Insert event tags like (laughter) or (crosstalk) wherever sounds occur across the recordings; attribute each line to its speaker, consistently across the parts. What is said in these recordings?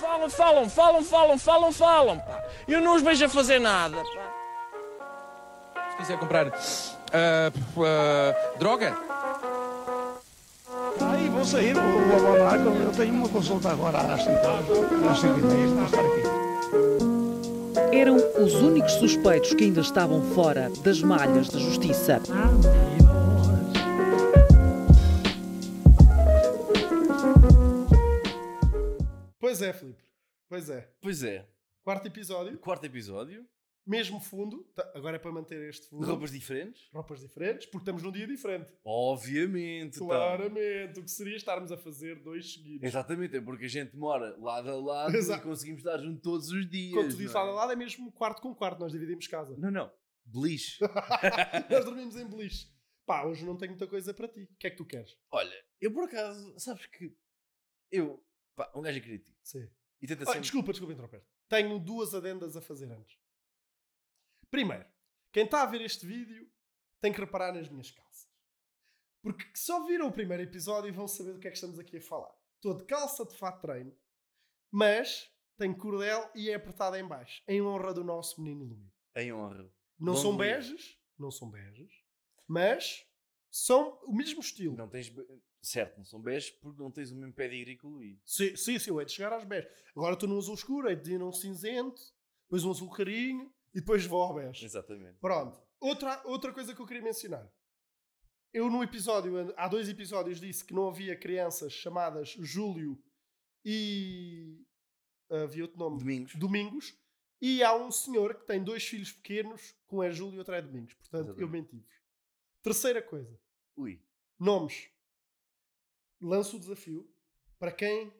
Speaker 1: Falam, falam, falam, falam, falam, falam, pá. Eu não os vejo a fazer nada, pá.
Speaker 2: Se quiser comprar ah, p- ah, droga,
Speaker 3: Tá Aí vou sair, vou, vou abandonar, que eu- eu tenho uma consulta agora às 5 horas. É Às 5 e 10, vou estar aqui.
Speaker 4: Eram os únicos suspeitos que ainda estavam fora das malhas da justiça.
Speaker 5: Pois é, Filipe. Pois é.
Speaker 6: Pois é,
Speaker 5: Quarto episódio,
Speaker 6: quarto episódio,
Speaker 5: mesmo fundo. Tá, agora é para manter este fundo.
Speaker 6: roupas diferentes.
Speaker 5: Roupas diferentes, porque estamos num dia diferente.
Speaker 6: Obviamente, tá.
Speaker 5: Claramente. O que seria estarmos a fazer dois seguidos.
Speaker 6: Exatamente, é porque a gente mora lado a lado
Speaker 5: Exato.
Speaker 6: e conseguimos estar junto todos os dias.
Speaker 5: Quando tu dizes
Speaker 6: não é?
Speaker 5: lado a lado, é mesmo quarto com quarto. Nós dividimos casa. (laughs)
Speaker 6: Não, não. Beliche.
Speaker 5: Nós dormimos em beliche. Pá, hoje não tenho muita coisa para ti. O que é que tu queres?
Speaker 6: Olha, eu por acaso, sabes que eu, pá, um gajo é criativo
Speaker 5: Sim.
Speaker 6: e tenta
Speaker 5: Oh,
Speaker 6: sempre.
Speaker 5: Desculpa, desculpa interromper. Tenho duas adendas a fazer antes. Primeiro, quem está a ver este vídeo tem que reparar nas minhas calças. Porque que só viram o primeiro episódio e vão saber do que é que estamos aqui a falar. Estou de calça de fato de treino, mas tenho cordel e é apertada em baixo, em honra do nosso menino Luís.
Speaker 6: Em honra.
Speaker 5: Não
Speaker 6: Bom
Speaker 5: são
Speaker 6: dia.
Speaker 5: beges, não são beges, mas são o mesmo estilo.
Speaker 6: Não tens. be- Certo, não são beijos porque não tens o mesmo pé de agrícola e.
Speaker 5: Sim, sim, sim, eu hei de chegar às beijas. Agora estou num azul escuro, hei de ir num cinzento, depois um azul carinho e depois vou ao bege.
Speaker 6: Exatamente.
Speaker 5: Pronto. Outra, outra coisa que eu queria mencionar. Eu no episódio, há dois episódios, disse que não havia crianças chamadas Júlio e... Havia outro nome.
Speaker 6: Domingos.
Speaker 5: Domingos. E há um senhor que tem dois filhos pequenos, que um é Júlio e outro é Domingos. Portanto, eu
Speaker 6: Exatamente.
Speaker 5: menti-vos. Terceira coisa.
Speaker 6: Ui.
Speaker 5: Nomes. Lanço o desafio para quem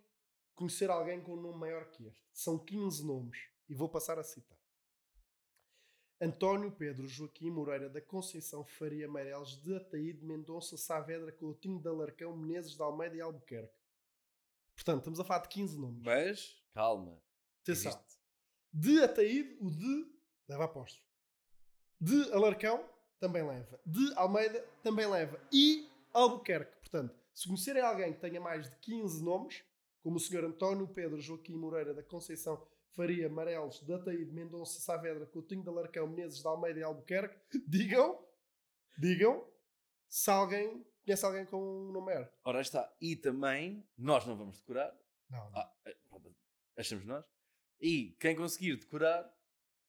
Speaker 5: conhecer alguém com um nome maior que este. São 15 nomes e vou passar a citar. António Pedro Joaquim Moreira da Conceição Faria Meireles de Ataíde Mendonça Saavedra Coutinho de Alarcão Menezes de Almeida e Albuquerque. Portanto, estamos a falar de 15 nomes.
Speaker 6: Mas, calma.
Speaker 5: Atenção.
Speaker 6: existe-
Speaker 5: De Ataíde, o de leva apóstrofe. De Alarcão, também leva. De Almeida, também leva. E Albuquerque. Portanto, se conhecerem alguém que tenha mais de 15 nomes, como o Sr. António Pedro Joaquim Moreira da Conceição Faria Amarelos, de Ataíde, Mendonça, Saavedra, Coutinho de Alarcão, Menezes de Almeida e Albuquerque, (laughs) digam, digam, se alguém conhece alguém com um nome maior.
Speaker 6: Ora está. E também, nós não vamos decorar.
Speaker 5: Não, não.
Speaker 6: Ah, eh, pronto, achamos nós. E quem conseguir decorar,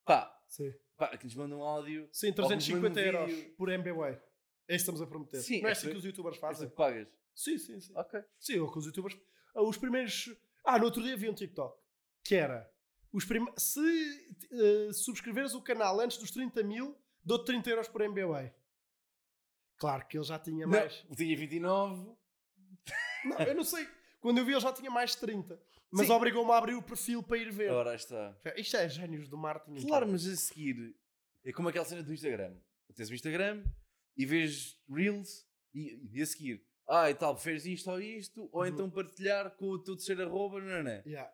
Speaker 6: pá,
Speaker 5: Sim.
Speaker 6: pá, que nos manda um áudio.
Speaker 5: Sim,
Speaker 6: Ou que nos manda
Speaker 5: 350
Speaker 6: um
Speaker 5: euros
Speaker 6: vídeo.
Speaker 5: por MBWay. É isso que estamos a prometer.
Speaker 6: Sim,
Speaker 5: não é
Speaker 6: é
Speaker 5: assim
Speaker 6: que-
Speaker 5: que os youtubers
Speaker 6: Esta
Speaker 5: fazem? É
Speaker 6: que pagas.
Speaker 5: Sim, sim, sim.
Speaker 6: Ok.
Speaker 5: Sim, ou que os youtubers. Ah, Os primeiros. Ah, no outro dia vi um TikTok que era. Os prime... Se eh, subscreveres o canal antes dos 30 mil, dou-te 30 euros por MBWay. Claro que ele já tinha mais.
Speaker 6: Não, tinha 29.
Speaker 5: Não, eu não sei. Quando eu vi, ele já tinha mais de 30. Mas
Speaker 6: Sim.
Speaker 5: obrigou-me a abrir o perfil para ir ver.
Speaker 6: Ora está.
Speaker 5: Isto é gênios do marketing.
Speaker 6: Claro,
Speaker 5: então.
Speaker 6: mas a seguir é como aquela cena do Instagram. Tens o Instagram e vês Reels e, e a seguir, ah, e tal, fez isto ou isto, ou
Speaker 5: Uhum.
Speaker 6: então partilhar com o teu terceiro arroba, não, não, não.
Speaker 5: Yeah.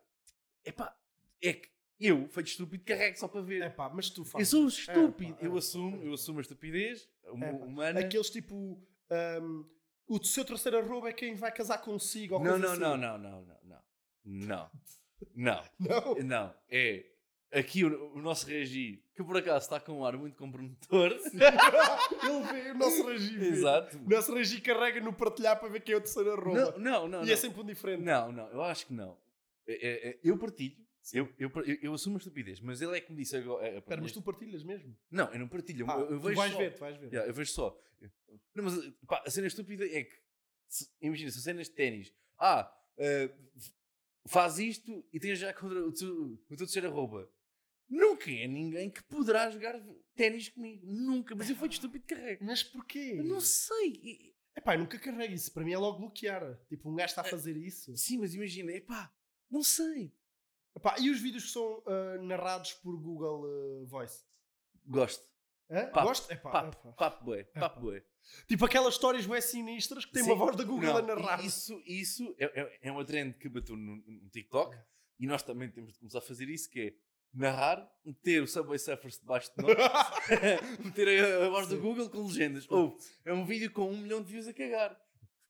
Speaker 6: Epá, é que eu, feito estúpido, carrego só para ver.
Speaker 5: Epá, mas tu
Speaker 6: eu
Speaker 5: fazes.
Speaker 6: sou estúpido.
Speaker 5: Epá,
Speaker 6: eu
Speaker 5: epá,
Speaker 6: assumo, eu assumo a estupidez hum-
Speaker 5: Epá,
Speaker 6: humana.
Speaker 5: Aqueles tipo. hum, o seu terceiro arroba é quem vai casar consigo. Ou
Speaker 6: Não,
Speaker 5: coisa
Speaker 6: não,
Speaker 5: assim.
Speaker 6: não, não, não, não, não. Não. Não.
Speaker 5: (laughs) Não.
Speaker 6: Não, é aqui o, o nosso regi, que por acaso está com um ar muito
Speaker 5: (laughs)
Speaker 6: comprometedor.
Speaker 5: (laughs)
Speaker 6: (laughs)
Speaker 5: Ele vê o nosso regime.
Speaker 6: Exato.
Speaker 5: O nosso regime carrega no partilhar para ver quem é o terceiro arroba.
Speaker 6: Não, não, não.
Speaker 5: e
Speaker 6: não.
Speaker 5: é sempre um diferente.
Speaker 6: Não, não, eu acho que não. É- é- é- eu partilho, eu, eu, par- eu- eu assumo a estupidez, mas ele é que me disse agora. é, é,
Speaker 5: Espera, mas tu partilhas mesmo?
Speaker 6: Não, eu não partilho, eu-
Speaker 5: Ah,
Speaker 6: eu,
Speaker 5: tu
Speaker 6: eu vejo
Speaker 5: vais
Speaker 6: só.
Speaker 5: ver, tu vais ver.
Speaker 6: Yeah, eu vejo só. Não, mas pá, a cena estúpida é que, se- imagina, se cenas de ténis, ah, eh, f- faz isto e tens já contra o teu, o teu terceiro arroba. Nunca é ninguém que poderá jogar ténis comigo, nunca, mas eu fui de estúpido carrego.
Speaker 5: Mas porquê?
Speaker 6: Eu não sei. e-
Speaker 5: Epá, eu nunca carrego isso. Para mim é logo bloquear. Tipo, um gajo
Speaker 6: É.
Speaker 5: está a fazer isso.
Speaker 6: Sim, mas imagina, epá, não sei.
Speaker 5: Epá, e os vídeos que são ah, narrados por Google ah, Voice?
Speaker 6: Gosto.
Speaker 5: Hã?
Speaker 6: Papo.
Speaker 5: Gosto? Epá,
Speaker 6: Papo,
Speaker 5: epá.
Speaker 6: papo bué, papo bué.
Speaker 5: Tipo aquelas histórias bué sinistras que tem
Speaker 6: Sim.
Speaker 5: uma voz da Google
Speaker 6: Não,
Speaker 5: a narrar. (laughs)
Speaker 6: Isso, isso é, é- é uma trend que bateu no, no TikTok
Speaker 5: É.
Speaker 6: e nós também temos de começar a fazer isso, que é narrar, meter o Subway Surfers debaixo de nós, (laughs) meter a, a voz do
Speaker 5: Sim.
Speaker 6: Google com legendas. Ou é um vídeo com um milhão de views a cagar.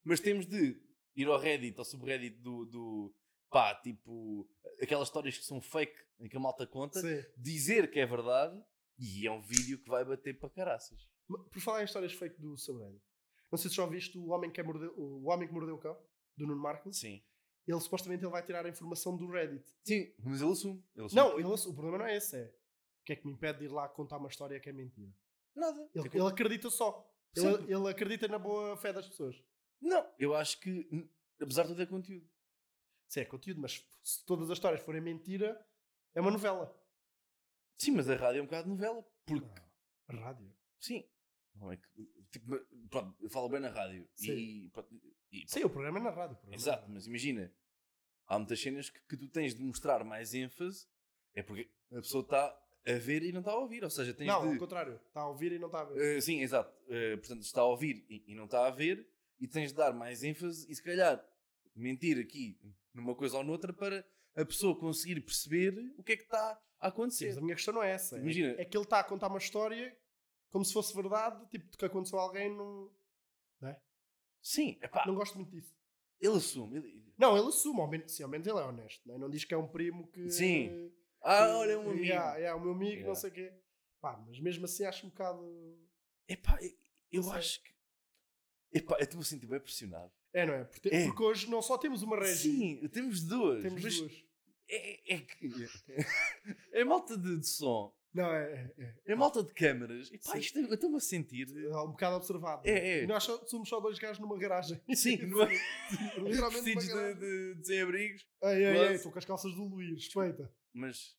Speaker 6: Mas temos de ir ao Reddit, ao subreddit do, do pá, tipo, aquelas histórias que são fake, em que a malta conta,
Speaker 5: Sim.
Speaker 6: dizer que é verdade e é um vídeo que vai bater para caraças.
Speaker 5: Mas, Por falar em histórias fake do subreddit, não sei se já viste o Homem que, mordeu, o homem que Mordeu o Cão, do Nuno Marques.
Speaker 6: Sim.
Speaker 5: Ele supostamente ele vai tirar a informação do Reddit.
Speaker 6: Sim, mas ele assume. Ele assume.
Speaker 5: Não, ele, o problema não é esse. É o que é que me impede de ir lá contar uma história que é mentira.
Speaker 6: nada.
Speaker 5: Ele,
Speaker 6: Tem
Speaker 5: ele acredita só.
Speaker 6: Sim.
Speaker 5: Ele, ele acredita na boa fé das pessoas.
Speaker 6: Não, eu acho que, n- apesar de tudo, é conteúdo.
Speaker 5: Sim, é conteúdo, mas se todas as histórias forem mentira, é uma novela.
Speaker 6: Sim, mas a rádio é um bocado novela. Porque,
Speaker 5: Ah. A rádio.
Speaker 6: sim. Não é que, tipo, mas, pronto, eu falo bem na rádio. E, pronto, e-
Speaker 5: Sim, o programa é na rádio. o programa é na
Speaker 6: Exato,
Speaker 5: rádio.
Speaker 6: mas imagina, há muitas cenas que, que tu tens de mostrar mais ênfase, é porque a pessoa está a ver e não está a ouvir, ou seja, tens
Speaker 5: Não,
Speaker 6: de...
Speaker 5: ao contrário. Está a ouvir e não está a ver.
Speaker 6: Eh, sim, exato. Eh, portanto, está a ouvir e, e não está a ver, e tens de dar mais ênfase e se calhar mentir aqui numa coisa ou noutra para a pessoa conseguir perceber o que é que está a
Speaker 5: Sim,
Speaker 6: acontecer.
Speaker 5: mas a minha questão não é essa. É-
Speaker 6: Imagina.
Speaker 5: É que ele está a contar uma história como se fosse verdade, tipo, de que aconteceu a alguém. Não,
Speaker 6: Sim, epá,
Speaker 5: não gosto muito disso.
Speaker 6: ele assume. ele-
Speaker 5: Não, ele assume, ao menos, sim, ao menos ele é honesto. Não, é? não diz que é um primo que.
Speaker 6: Sim.
Speaker 5: que-
Speaker 6: Ah, olha, um amigo.
Speaker 5: Yeah, yeah, o meu amigo,
Speaker 6: Yeah.
Speaker 5: não sei o quê. Pá, mas mesmo assim acho um bocado.
Speaker 6: Epá, eu- eu
Speaker 5: Sei.
Speaker 6: acho que. Epá, eu estou a sentir bem pressionado.
Speaker 5: É, não é? Porque,
Speaker 6: É.
Speaker 5: porque hoje não só temos uma regi,
Speaker 6: Sim, temos duas.
Speaker 5: temos
Speaker 6: mas
Speaker 5: duas.
Speaker 6: É, é, que- (laughs) é malta de, de som,
Speaker 5: Não, é, é,
Speaker 6: é malta de câmaras. E pá,
Speaker 5: Sim.
Speaker 6: isto eu estou-me
Speaker 5: (laughs)
Speaker 6: a sentir.
Speaker 5: é um bocado observado.
Speaker 6: É, é.
Speaker 5: E nós só- somos só dois gajos numa garagem. (laughs)
Speaker 6: Sim, não é?
Speaker 5: Literalmente
Speaker 6: Vestidos
Speaker 5: numa
Speaker 6: de,
Speaker 5: garagem.
Speaker 6: de, de sem-abrigos.
Speaker 5: Ei, ei, ei,
Speaker 6: Quase.
Speaker 5: estou com as calças do Luís, respeita.
Speaker 6: Mas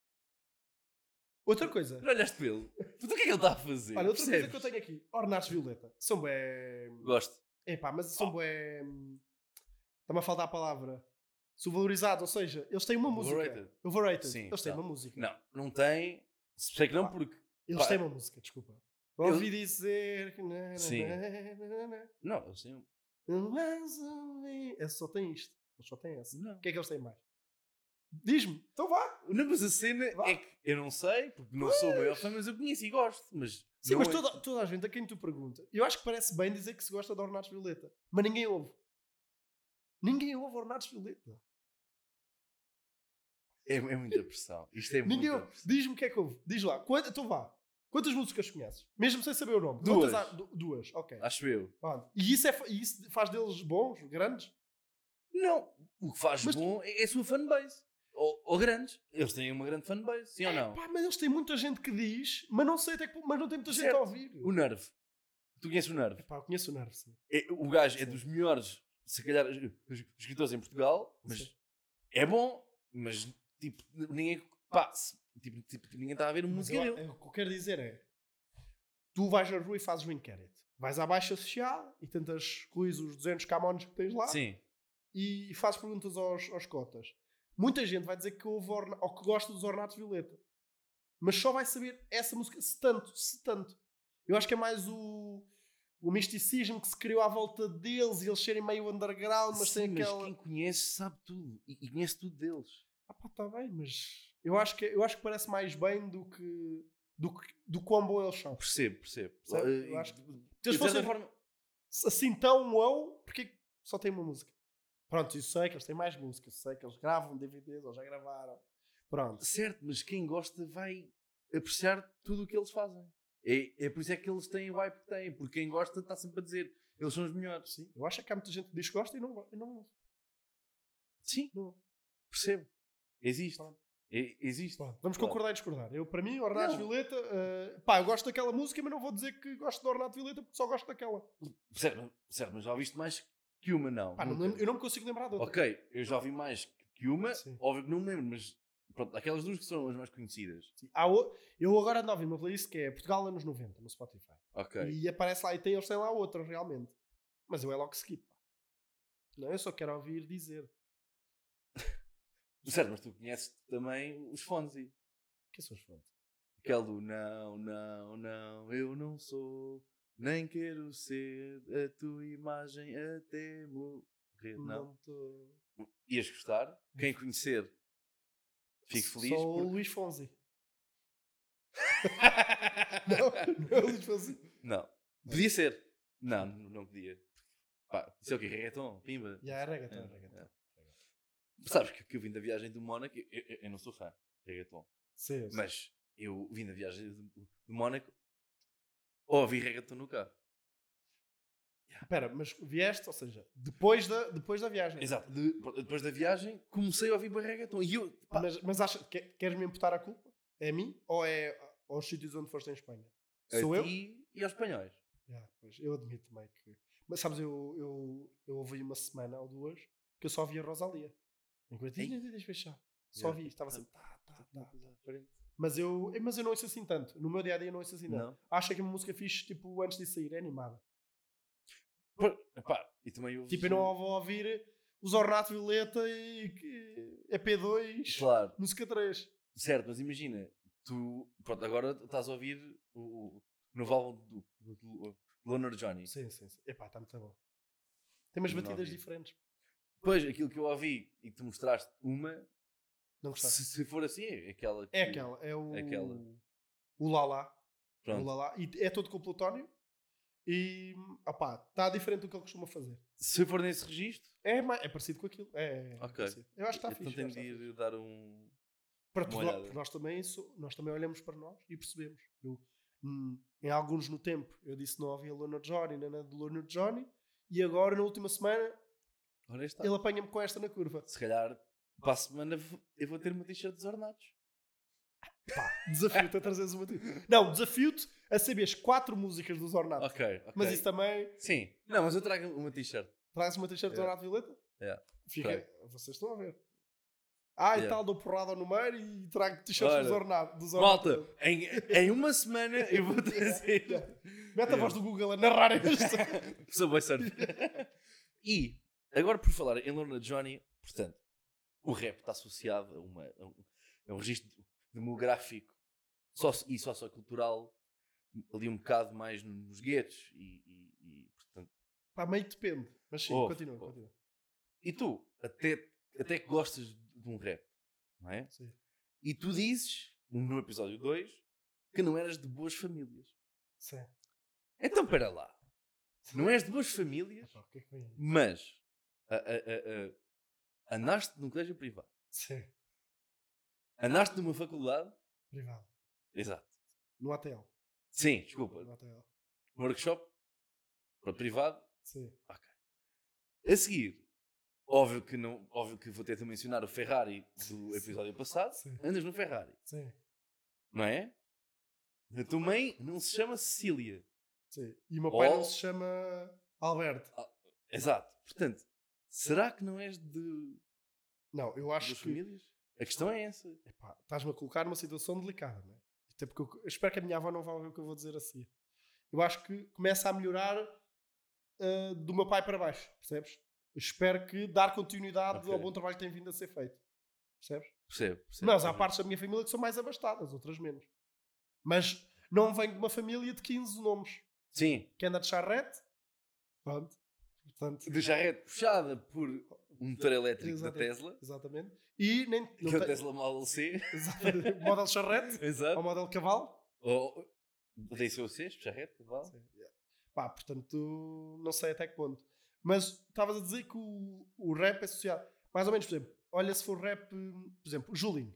Speaker 5: Outra coisa.
Speaker 6: não olhaste para ele. Puta, o que é que ele está a fazer?
Speaker 5: Olha, outra coisa
Speaker 6: Percebes?
Speaker 5: que eu tenho aqui. Ornares Violeta. São bué...
Speaker 6: Gosto.
Speaker 5: Epá, mas
Speaker 6: Ah.
Speaker 5: são bué... Está-me a faltar a palavra. Subvalorizado, ou seja, eles têm uma música.
Speaker 6: Overrated.
Speaker 5: Overrated.
Speaker 6: Sim,
Speaker 5: eles têm
Speaker 6: tá.
Speaker 5: uma música.
Speaker 6: Não, não tem. Sei que não,
Speaker 5: Pá.
Speaker 6: porque.
Speaker 5: Eles
Speaker 6: Pá.
Speaker 5: têm uma música, desculpa.
Speaker 6: Eles-
Speaker 5: Ouvi dizer que... na, na,
Speaker 6: Sim.
Speaker 5: na, na, na,
Speaker 6: Não, assim, eu sei.
Speaker 5: Mas ali- Esse só tem isto. Eles só têm essa.
Speaker 6: Não.
Speaker 5: O que é que eles têm mais? Diz-me. Então vá.
Speaker 6: Não, mas a cena
Speaker 5: Vá.
Speaker 6: é que eu não sei, porque não sou o maior fã, mas eu conheço e gosto. Mas
Speaker 5: Sim,
Speaker 6: não
Speaker 5: mas
Speaker 6: é-
Speaker 5: toda, toda a gente a quem tu pergunta. Eu acho que parece bem dizer que se gosta de Ornados Violeta. Mas ninguém ouve. Ninguém ouve Ornados Violeta.
Speaker 6: É, é muita pressão. Isto é
Speaker 5: ninguém
Speaker 6: muita
Speaker 5: ouve.
Speaker 6: pressão.
Speaker 5: Diz-me o que é que ouve. Diz lá. Quant, então vá. Quantas músicas conheces? Mesmo sem saber o nome.
Speaker 6: Duas.
Speaker 5: Quantas há? Du- duas, ok.
Speaker 6: Acho eu.
Speaker 5: Pronto. E isso, é, fa- e isso faz deles bons, grandes?
Speaker 6: Não. O que faz
Speaker 5: Mas-
Speaker 6: bom é é a sua fanbase. Ou, ou grandes. Eles têm uma grande fanbase, sim ou não?
Speaker 5: Pá, mas eles têm muita gente que diz, mas não sei até que ponto- mas não tem muita gente
Speaker 6: Certo.
Speaker 5: a ouvir.
Speaker 6: O Nerve. Tu conheces o Nerve?
Speaker 5: Pá, eu conheço o Nervo, sim.
Speaker 6: É- o gajo é
Speaker 5: Sim.
Speaker 6: dos melhores, se calhar, es- es- escritores em Portugal, mas
Speaker 5: Sim.
Speaker 6: é bom, mas tipo, ninguém pá, se- tipo, tipo, ninguém está a ver a
Speaker 5: Mas
Speaker 6: música
Speaker 5: eu-
Speaker 6: dele.
Speaker 5: eu- o que eu quero dizer é: tu vais na rua e fazes um inquérito. Vais à Baixa Social e tentas ruir os 200 camões que tens lá
Speaker 6: Sim,
Speaker 5: e fazes perguntas aos, aos cotas. Muita gente vai dizer que ouve orna- ou que gosta dos Ornatos Violeta, mas só vai saber essa música se tanto, se tanto. Eu acho que é mais o, o misticismo que se criou à volta deles e eles serem meio underground, mas
Speaker 6: Sim,
Speaker 5: têm
Speaker 6: mas
Speaker 5: aquela.
Speaker 6: quem conhece sabe tudo e, e conhece tudo deles.
Speaker 5: Ah, pá, tá bem, mas eu acho, que, eu acho que parece mais bem do que. Do, que, do quão bom eles são.
Speaker 6: Percebo, percebo.
Speaker 5: Sabe,
Speaker 6: Eh,
Speaker 5: eu acho
Speaker 6: de-
Speaker 5: Se eles
Speaker 6: de certa
Speaker 5: fossem
Speaker 6: forma,
Speaker 5: assim tão wow, porque que só tem uma música? Pronto, eu sei que eles têm mais músicas, eu sei que eles gravam DVDs ou já gravaram. Pronto.
Speaker 6: certo, mas quem gosta vai apreciar tudo o que eles fazem. É, é por isso é que eles têm o hype que têm, porque quem gosta está sempre a dizer, eles são os melhores.
Speaker 5: Sim, eu acho é que há muita gente que diz que gosta e não, go- e não,
Speaker 6: Sim,
Speaker 5: não.
Speaker 6: percebo. Existe.
Speaker 5: Pronto.
Speaker 6: E- existe.
Speaker 5: Pronto, vamos
Speaker 6: Claro.
Speaker 5: concordar e discordar. Eu, para mim, Ornato
Speaker 6: Não.
Speaker 5: Violeta, eh, pá, eu gosto daquela música, mas não vou dizer que gosto de Ornato Violeta porque só gosto daquela.
Speaker 6: Certo, certo, mas já ouviste mais que uma, não.
Speaker 5: Pá, não me
Speaker 6: Nunca.
Speaker 5: lembro- eu não me consigo lembrar de outra.
Speaker 6: Ok, eu já ouvi mais que uma,
Speaker 5: Sim.
Speaker 6: óbvio que não me lembro, mas pronto, aquelas duas que são as mais conhecidas.
Speaker 5: Sim, há o- eu agora ando a ouvir uma playlist que é Portugal anos 90 no Spotify.
Speaker 6: Ok.
Speaker 5: E aparece lá e tem, eles têm lá outra, realmente. Mas eu é logo skip. pá. Não, eu só quero ouvir dizer.
Speaker 6: Certo, mas tu conheces também os Fonzi.
Speaker 5: Quem são os fontes?
Speaker 6: Aquele do não, não, não, eu não sou, nem quero ser a tua imagem até morrer. Não.
Speaker 5: Não tô-
Speaker 6: Ias gostar? Quem conhecer, fico feliz.
Speaker 5: Só o
Speaker 6: porque-
Speaker 5: Luís Fonzi. não, não é o Luís Fonsi.
Speaker 6: Não. Podia ser. Não, não podia. Pá, isso é o quê? Reggaeton? Pimba?
Speaker 5: Já é reggaeton, é
Speaker 6: É,
Speaker 5: reggaeton.
Speaker 6: é. Sabes que, que eu vim da viagem do Mónaco, eu, eu- eu não sou fã de reggaeton,
Speaker 5: Sim.
Speaker 6: mas eu vim da viagem do, do Mónaco, ouvi reggaeton no carro.
Speaker 5: Espera, mas vieste, ou seja, depois da, depois da viagem.
Speaker 6: Exato. De- depois da viagem, comecei a ouvir bué reggaeton. E eu, pá,
Speaker 5: Mas, mas acha, que- queres-me imputar a culpa? É a mim ou é aos sítios onde foste em Espanha? Sou
Speaker 6: a
Speaker 5: eu?
Speaker 6: ti e aos espanhóis.
Speaker 5: Já, pois, eu admito também que. Mas sabes, eu, eu, eu ouvi uma semana ou duas que eu só via Rosalia. Enquanto
Speaker 6: Ei.
Speaker 5: deixa fechar. Só
Speaker 6: Yeah.
Speaker 5: vi, estava assim. Tá, tá, tá, tá. Mas eu, eh, mas eu não ouço assim tanto. No meu dia a dia eu não ouço assim tanto.
Speaker 6: Não.
Speaker 5: Acho que uma música fixe, tipo, antes de sair, é animada.
Speaker 6: Pá, epá, e também ouvi...
Speaker 5: Tipo, eu não vou ouvir os Ornato Violeta e que- EP2,
Speaker 6: Claro.
Speaker 5: música 3.
Speaker 6: Certo, mas imagina, tu, pronto, agora estás a ouvir o, o novo álbum do, do, do Leonard Johnny.
Speaker 5: Sim, sim, sim. Epá, está muito bom. Tem umas
Speaker 6: Não
Speaker 5: batidas
Speaker 6: ouvi.
Speaker 5: diferentes.
Speaker 6: Depois, aquilo que eu ouvi e que tu mostraste uma,
Speaker 5: Não gostaste?
Speaker 6: se, se for assim, é aquela. que-
Speaker 5: É aquela, é o.
Speaker 6: Aquela.
Speaker 5: O Lala.
Speaker 6: Pronto,
Speaker 5: O Lala. E é todo com plutónio. E. Opá, está diferente do que ele costuma fazer.
Speaker 6: Se for nesse registro,
Speaker 5: É, ma- é parecido com aquilo. É, é
Speaker 6: Ok.
Speaker 5: parecido. Eu acho que está
Speaker 6: então
Speaker 5: fixe. eu
Speaker 6: tenho
Speaker 5: acho que
Speaker 6: de
Speaker 5: tá fixe.
Speaker 6: ir dar um.
Speaker 5: Para
Speaker 6: uma
Speaker 5: tudo, lá-
Speaker 6: olhada.
Speaker 5: porque nós também, isso- nós também olhamos para nós e percebemos. Eu, hum, em alguns no tempo, eu disse não havia Lona Johnny, na de Lona Johnny. E agora, na última semana,
Speaker 6: Ora está.
Speaker 5: ele apanha-me com esta na curva.
Speaker 6: Se calhar, para a semana, v- eu vou ter uma t-shirt dos ornados.
Speaker 5: Desafio-te a trazeres uma. Não, desafio-te a saberes quatro músicas dos Ornato.
Speaker 6: Ok, ok.
Speaker 5: Mas isso também.
Speaker 6: Sim. Não, mas eu trago uma t-shirt.
Speaker 5: Traz uma t-shirt do Dourado
Speaker 6: Yeah.
Speaker 5: Violeta?
Speaker 6: Yeah.
Speaker 5: Fica,
Speaker 6: Trago.
Speaker 5: Vocês estão a ver. Ah, e
Speaker 6: Yeah.
Speaker 5: tal, dou porrada no meio e trago t-shirts
Speaker 6: Ora.
Speaker 5: dos ornados. Dos
Speaker 6: Malta,
Speaker 5: Ornato.
Speaker 6: em, em uma semana eu (laughs) vou trazer.
Speaker 5: Mete a
Speaker 6: Yeah.
Speaker 5: voz do Google a narrar
Speaker 6: (laughs)
Speaker 5: isto.
Speaker 6: Sou bem (laughs) surf. e, agora por falar em Lorna Johnny, portanto, o rap está associado a, uma, a um, a um registro demográfico só, e sociocultural ali um bocado mais nos guetos e, e- e, portanto...
Speaker 5: Pá, meio que depende. Mas sim,
Speaker 6: Oh,
Speaker 5: continua,
Speaker 6: oh.
Speaker 5: continua.
Speaker 6: E tu, até, até que gostas de um rap, não é?
Speaker 5: Sim.
Speaker 6: E tu dizes, no episódio 2, que não eras de boas famílias.
Speaker 5: Sim.
Speaker 6: Então, para lá. Não és de boas famílias,
Speaker 5: Epá, o que é que vem (laughs) aí?
Speaker 6: mas a, a, a, a, andaste num colégio privado,
Speaker 5: Sim,
Speaker 6: andaste numa faculdade,
Speaker 5: privado.
Speaker 6: exato,
Speaker 5: No ATL.
Speaker 6: sim, desculpa,
Speaker 5: No ATL.
Speaker 6: workshop para privado.
Speaker 5: Sim.
Speaker 6: A seguir, óbvio que, não, óbvio que vou ter de mencionar o Ferrari do episódio passado,
Speaker 5: Sim.
Speaker 6: andas no Ferrari,
Speaker 5: Sim.
Speaker 6: não é? A tua mãe não se chama Cecília,
Speaker 5: Sim. E o meu pai
Speaker 6: Oh.
Speaker 5: não se chama Alberto.
Speaker 6: exato, portanto, será que não és de
Speaker 5: Não, eu acho
Speaker 6: boas
Speaker 5: que.
Speaker 6: famílias? A questão é essa.
Speaker 5: Epá, estás-me a colocar numa situação delicada, não é? Até porque eu, eu espero que a minha avó não vá ver o que eu vou dizer assim. Eu acho que começa a melhorar ah, do meu pai para baixo, percebes? Eu espero que dar continuidade
Speaker 6: Ok.
Speaker 5: ao bom trabalho que tem vindo a ser feito, percebes?
Speaker 6: Percebo, percebo.
Speaker 5: Mas há partes da minha família que são mais abastadas, outras menos. Mas não venho de uma família de 15 nomes.
Speaker 6: Sim,
Speaker 5: Que anda de charrete, pronto. Portanto, é
Speaker 6: de jarrete puxada por um motor elétrico da
Speaker 5: Exatamente.
Speaker 6: Tesla.
Speaker 5: exatamente. E
Speaker 6: (laughs)
Speaker 5: nem...
Speaker 6: Que é o Tesla Model C.
Speaker 5: Exatamente. Modelo charrete
Speaker 6: (laughs) Exato.
Speaker 5: ou modelo cavalo.
Speaker 6: Ou dei seu C, charrete, cavalo.
Speaker 5: Sim, yeah. Pá, portanto, não sei até que ponto. Mas estavas a dizer que o, o rap é associado. Mais ou menos, por exemplo, olha se for rap, hum, por exemplo, o Julinho.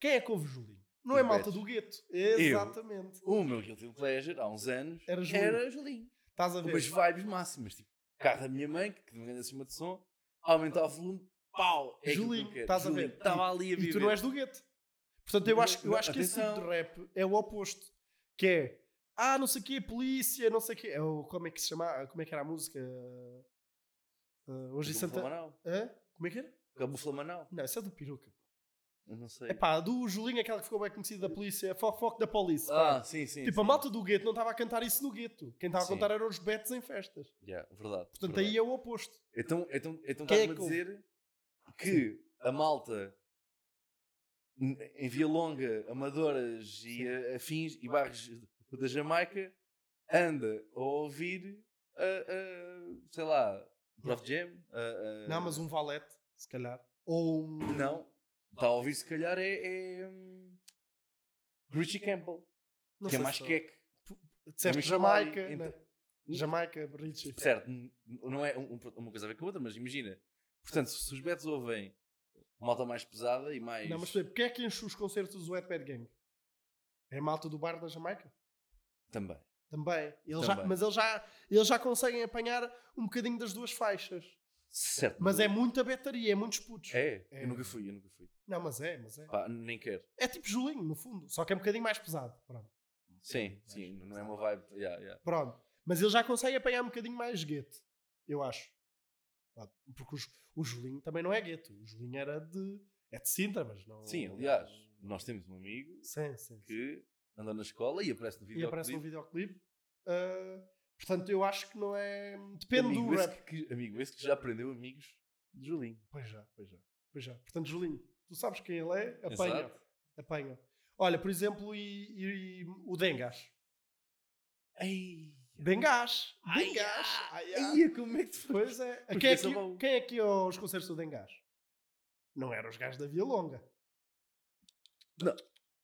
Speaker 5: Quem é que ouve Julinho? Não é
Speaker 6: Os
Speaker 5: malta do gueto. Exatamente.
Speaker 6: O meu Guilty Pleasure, há uns anos,
Speaker 5: Era
Speaker 6: era
Speaker 5: Julinho.
Speaker 6: Julinho.
Speaker 5: Estás a ver?
Speaker 6: Umas vibes máximas. Tipo, carro da minha mãe, que de grande acima de som, aumentar o volume, pau! É aquilo que eu
Speaker 5: Julinho,
Speaker 6: quero.
Speaker 5: estás a
Speaker 6: Julinho,
Speaker 5: ver?
Speaker 6: Estava ali a
Speaker 5: e
Speaker 6: viver.
Speaker 5: tu não és do gueto. Portanto, eu acho, eu
Speaker 6: Não,
Speaker 5: acho que esse tipo de
Speaker 6: atenção.
Speaker 5: rap é o oposto. Que é, ah, não sei o quê, polícia, não sei o quê. É o, como é que se chama? Como é que era a música? Ah, hoje em
Speaker 6: Cabo
Speaker 5: Santa...
Speaker 6: Flamanau.
Speaker 5: Hã? Como é que era?
Speaker 6: Cabo Flamanau.
Speaker 5: Não, isso é do peruca.
Speaker 6: Eu não sei.
Speaker 5: É pá, do Julinho, aquela que ficou bem conhecida da polícia, fofoque da polícia.
Speaker 6: ah,
Speaker 5: pá.
Speaker 6: sim, sim.
Speaker 5: tipo,
Speaker 6: sim.
Speaker 5: a malta do gueto não estava a cantar isso no gueto. Quem estava a
Speaker 6: Sim.
Speaker 5: cantar eram os betos em festas.
Speaker 6: Yeah, verdade.
Speaker 5: Portanto,
Speaker 6: verdade.
Speaker 5: aí é o oposto.
Speaker 6: Então, então, então
Speaker 5: Quem é
Speaker 6: estás-me
Speaker 5: que
Speaker 6: a
Speaker 5: ouve?
Speaker 6: dizer que a malta n- em Via Longa, Amadoras e a- afins e bairros da Jamaica anda a ouvir, a, a, sei lá, Prof Jam? a- a-
Speaker 5: Não, mas um valete, se calhar. Ou um...
Speaker 6: Não, está a ouvir se calhar é, é hum, Richie Campbell,
Speaker 5: Não
Speaker 6: que é
Speaker 5: sei
Speaker 6: mais
Speaker 5: se-
Speaker 6: queque.
Speaker 5: Disseste
Speaker 6: Mas
Speaker 5: Jamaica,
Speaker 6: Jamaica,
Speaker 5: né?
Speaker 6: então-
Speaker 5: Jamaica, Richie.
Speaker 6: Certo, n- não é um- um- uma coisa a ver com a outra, mas imagina. Portanto, se os Betos ouvem uma malta mais pesada e mais.
Speaker 5: Não, mas por exemplo, quem é que enche os concertos do Wetbed Gang? É a malta do bar da Jamaica?
Speaker 6: Também.
Speaker 5: Também. Eles já-
Speaker 6: Também.
Speaker 5: mas eles já, eles já conseguem apanhar um bocadinho das duas faixas.
Speaker 6: Certo.
Speaker 5: Mas é muita betaria, é muitos putos.
Speaker 6: Uhum. É, Ah.
Speaker 5: É.
Speaker 6: eu nunca fui, eu nunca fui.
Speaker 5: Não, mas é, mas é.
Speaker 6: Pá, nem quero.
Speaker 5: É tipo Julinho, no fundo. Só que é um bocadinho mais pesado. Pronto.
Speaker 6: Sim, sim, não é uma vibe. Yeah, yeah.
Speaker 5: Pronto. Mas eles já conseguem apanhar um bocadinho mais gueto, eu acho. Pronto. Porque o, Ju- o Julinho também não é gueto. O Julinho era de. É de Sintra, mas não. é
Speaker 6: Sim, aliás, nós temos um amigo
Speaker 5: Sim, sim. sim.
Speaker 6: que anda na escola e aparece
Speaker 5: E
Speaker 6: no vídeo.
Speaker 5: aparece no videoclipe. Ah, portanto, eu acho que não é. Depende
Speaker 6: amigo
Speaker 5: do
Speaker 6: esse
Speaker 5: rap.
Speaker 6: Que, amigo esse que já aprendeu amigos de Julinho.
Speaker 5: Pois já, pois já, pois já. Portanto, Julinho, tu sabes quem ele é? Apanha.
Speaker 6: Exato.
Speaker 5: Apanha. Olha, por exemplo, e, e- e o Dengas.
Speaker 6: Ei,
Speaker 5: Dengas!
Speaker 6: Ai,
Speaker 5: Dengas! Ai, ai.
Speaker 6: ai, como é que tu
Speaker 5: Pois é.
Speaker 6: Porque
Speaker 5: Quem é,
Speaker 6: esse é
Speaker 5: que,
Speaker 6: bom.
Speaker 5: quem é que ia aos concertos do Dengas? Não eram os gajos da Via Longa.
Speaker 6: Não.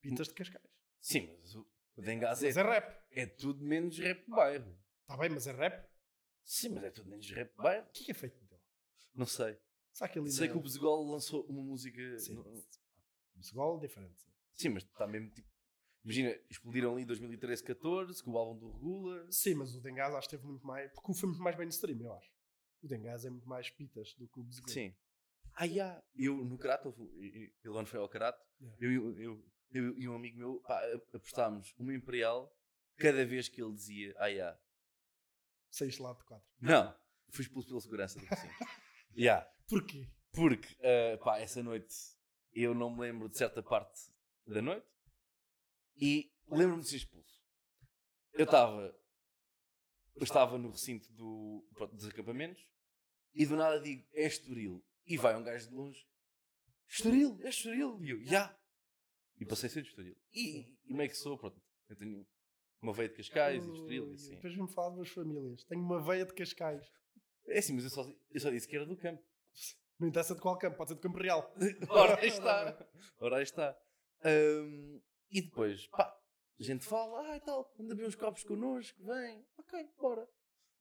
Speaker 5: Pintas de Cascais.
Speaker 6: Sim, mas o o Dengás é,
Speaker 5: Mas é rap.
Speaker 6: é tudo menos rap bairro.
Speaker 5: Está bem, mas é rap.
Speaker 6: Sim, mas é tudo menos rap bairro.
Speaker 5: O que é que é feito dele?
Speaker 6: Não sei.
Speaker 5: Será que ele
Speaker 6: Sei que o
Speaker 5: ainda-
Speaker 6: Bezegol lançou uma música.
Speaker 5: Sim.
Speaker 6: no-
Speaker 5: o Segol é diferente.
Speaker 6: Sim, mas está mesmo tipo. Imagina, explodiram ali em 2013, 14, com o álbum do Regula.
Speaker 5: Sim, mas o Dengas acho que teve muito mais... Porque foi muito mais mainstream, eu acho. O Dengas é muito mais pitas do que o Bezegol.
Speaker 6: Sim. Ah, yeah. Eu no Karate, houve- e- e- ele ano foi ao Karate,
Speaker 5: Yeah.
Speaker 6: eu, e o- eu, eu e um amigo meu pá, a- apostámos uma Imperial cada vez que ele dizia ah, yeah.
Speaker 5: Saíste lá de quatro.
Speaker 6: Não, fui expulso pela segurança do recinto. yeah.
Speaker 5: Porquê?
Speaker 6: Porque, ah, pá, essa noite eu não me lembro de certa parte da noite e lembro-me de ser expulso. Eu estava eu estava no recinto do, pronto, dos acampamentos e do nada digo, é Estoril. E vai um gajo de longe, Estoril, é Estoril. E eu, já. E passei a ser de Estoril. E, e meio que sou, pronto, eu tenho uma veia de Cascais e de Estoril e
Speaker 5: Ui,
Speaker 6: assim.
Speaker 5: Depois me falar das famílias. Tenho uma veia de Cascais.
Speaker 6: É assim, mas eu só, eu só disse que era do campo.
Speaker 5: Não interessa de qual campo, pode ser de Campo
Speaker 6: (laughs)
Speaker 5: Real.
Speaker 6: Ora aí está. Ora aí está. Ahm, e depois, pá, a gente fala, ah, e tal, anda bem uns copos connosco, vem, ok, bora.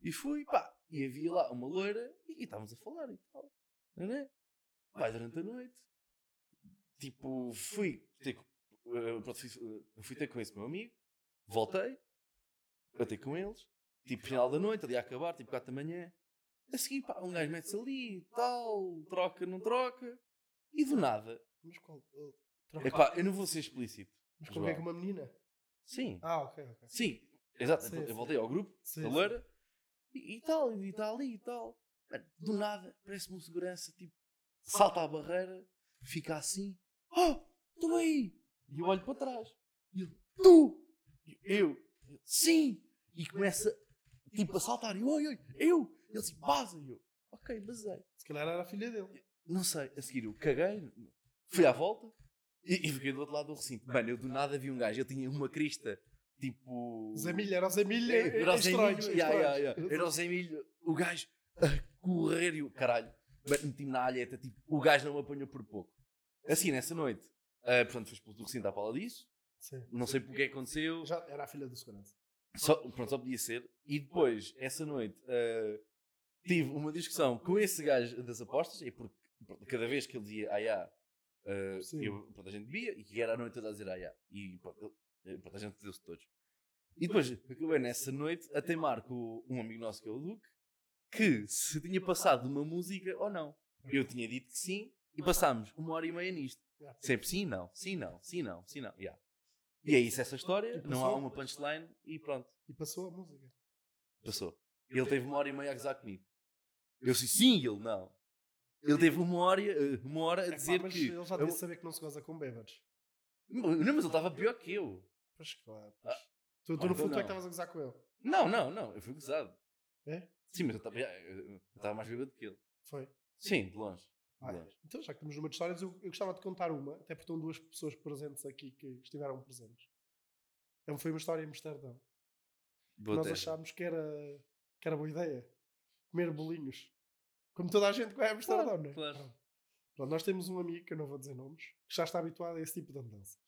Speaker 6: E fui, pá, e havia lá uma loira e, e estávamos a falar e tal. Não é? Vai durante a noite. Tipo, fui ter, co- eh, pronto, fui, eh, fui ter com esse meu amigo, voltei, eu ter com eles, tipo, final da noite, ali a acabar, tipo, 4 da manhã. A seguir, pá, um gajo mete-se ali e tal, troca, não troca. E do nada,
Speaker 5: Mas qual? oh, troca.
Speaker 6: epá, eu não vou ser explícito.
Speaker 5: Mas
Speaker 6: João.
Speaker 5: como é que uma menina?
Speaker 6: Sim,
Speaker 5: Ah, ok, ok.
Speaker 6: sim, exato.
Speaker 5: Sim, sim.
Speaker 6: eu voltei ao grupo,
Speaker 5: Sim,
Speaker 6: da
Speaker 5: sim.
Speaker 6: loira, e, e tal, e tal, e tal. Mano, do nada, parece-me um segurança, tipo, salta à barreira, fica assim, oh, tu aí! E eu olho para trás, e ele, tu! E eu, ele, sim! E começa, tipo, a saltar, e eu, oi, oi, eu! Ele assim, baza! E eu, ok, é." basei.
Speaker 5: Se calhar era a filha dele.
Speaker 6: Não sei, a seguir eu caguei, fui à volta e, e fiquei do outro lado do recinto. Mano, eu do nada vi um gajo, ele tinha uma crista, tipo.
Speaker 5: Zé Milho, era o Zé Milho.
Speaker 6: É, Era o Zé Milho,
Speaker 5: estranho,
Speaker 6: yeah, yeah, yeah. Era o Zé Milho, o gajo a correr e o caralho, mano, meti-me na alheta, tipo, o gajo não me apanhou por pouco. Assim, nessa noite, ah, portanto, fui expulso do recinto à pala disso,
Speaker 5: Sim.
Speaker 6: não sei porque é que aconteceu,
Speaker 5: Já era a filha do segurança.
Speaker 6: só, pronto, só podia ser. E depois, essa noite, ah, tive uma discussão com esse gajo das apostas, e porque pronto, cada vez que ele dizia aiá, ah,
Speaker 5: Sim.
Speaker 6: eu, pronto, a gente bebia, e era a noite toda a dizer aiá. E pronto, ele- eh, pronto, a gente deu-se todos. E depois, acabei nessa noite a teimar com um amigo nosso que é o Luke, que se tinha passado uma música ou não. Eu tinha dito que sim, e passámos uma hora e meia nisto.
Speaker 5: Yeah.
Speaker 6: Sempre sim, não, sim, não, sim, não, sim, não. Yeah. E é isso, essa história.
Speaker 5: E
Speaker 6: Não há
Speaker 5: passou?
Speaker 6: uma punchline e pronto.
Speaker 5: E passou a música.
Speaker 6: Passou. Ele teve uma hora e meia a gozar comigo. Eu disse sim, ele não. Ele teve uma hora, eh, uma hora a
Speaker 5: É pá,
Speaker 6: dizer
Speaker 5: mas
Speaker 6: que.
Speaker 5: ele já
Speaker 6: eu-
Speaker 5: devia saber que não se goza com bêbados.
Speaker 6: Não, mas ele estava pior que eu.
Speaker 5: Pois claro. pois.
Speaker 6: Ah.
Speaker 5: Tu, tu
Speaker 6: Ah,
Speaker 5: no
Speaker 6: então
Speaker 5: fundo tu é que
Speaker 6: não.
Speaker 5: estavas a gozar com ele.
Speaker 6: Não, não, não. Eu fui gozado.
Speaker 5: É?
Speaker 6: Sim, mas eu estava- eh, eu estava mais bêbado que ele.
Speaker 5: Foi.
Speaker 6: Sim, de longe. De
Speaker 5: Ah,
Speaker 6: longe.
Speaker 5: então, já que estamos numa de histórias, eu, eu gostava de contar uma, até porque estão duas pessoas presentes aqui que estiveram presentes. Então, foi uma história em Amsterdão.
Speaker 6: Boa
Speaker 5: Nós
Speaker 6: terra.
Speaker 5: achámos que era, que era boa ideia comer bolinhos. Como toda a gente que vai a Amsterdão,
Speaker 6: Claro,
Speaker 5: não é?
Speaker 6: claro.
Speaker 5: Pronto. Pronto, nós temos um amigo, que eu não vou dizer nomes, que já está habituado a esse tipo de andanças.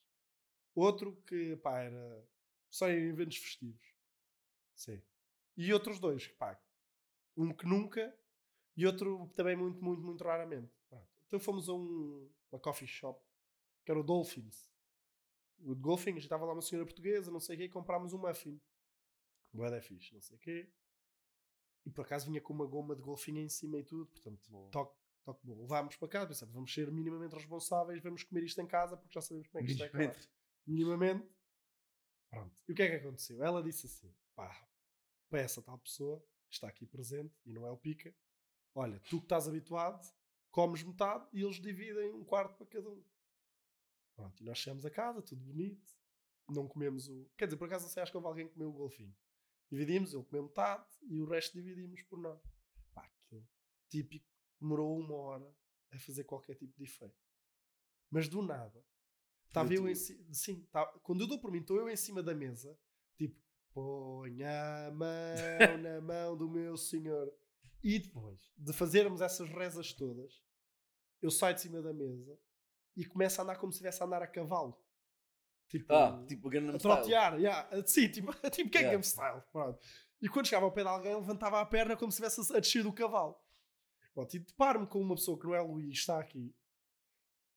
Speaker 5: Outro que, pá, era só em eventos festivos. Sim. E outros dois, pá, um que nunca e outro também muito, muito, muito raramente. Pronto. Então, Então fomos a um, uma coffee shop, que era o Dolphins. O Dolphins, estava lá uma senhora portuguesa, não sei o quê, e comprámos um muffin. Boa da fixe, não sei o quê. E por acaso vinha com uma goma de golfinho em cima e tudo, portanto, toque, toque bom. Levámos para casa, pensamos, vamos ser minimamente responsáveis, vamos comer isto em casa, porque já sabemos como é que isto vai acabar.
Speaker 6: Minimamente.
Speaker 5: Minimamente. Pronto. E o que é que aconteceu? Ela disse assim, pá, para essa tal pessoa, que está aqui presente, e não é o pica, olha, tu que estás habituado, comes metade e eles dividem um quarto para cada um. Pronto, e nós chegamos a casa, tudo bonito, não comemos o... Quer dizer, por acaso não sei, acho que houve alguém que comeu o golfinho. Dividimos, ele comeu metade e o resto dividimos por nós. Pá, aquele típico demorou uma hora a fazer qualquer tipo de efeito. Mas do nada, estava eu em cima. Sim, tá- quando eu dou por mim, estou eu em cima da mesa, tipo, ponha a mão na mão do meu senhor. E depois de fazermos essas rezas todas, eu saio de cima da mesa e começo a andar como se estivesse a andar a cavalo. Tipo,
Speaker 6: Ah, tipo, Gangnam
Speaker 5: a
Speaker 6: Style.
Speaker 5: trotear, yeah. sim, tipo, (laughs) tipo Gangnam
Speaker 6: Yeah.
Speaker 5: Style, pronto. E quando chegava ao pé de alguém, levantava a perna como se estivesse a descer do cavalo. Pronto, e deparo-me com uma pessoa que não é Luís, está aqui,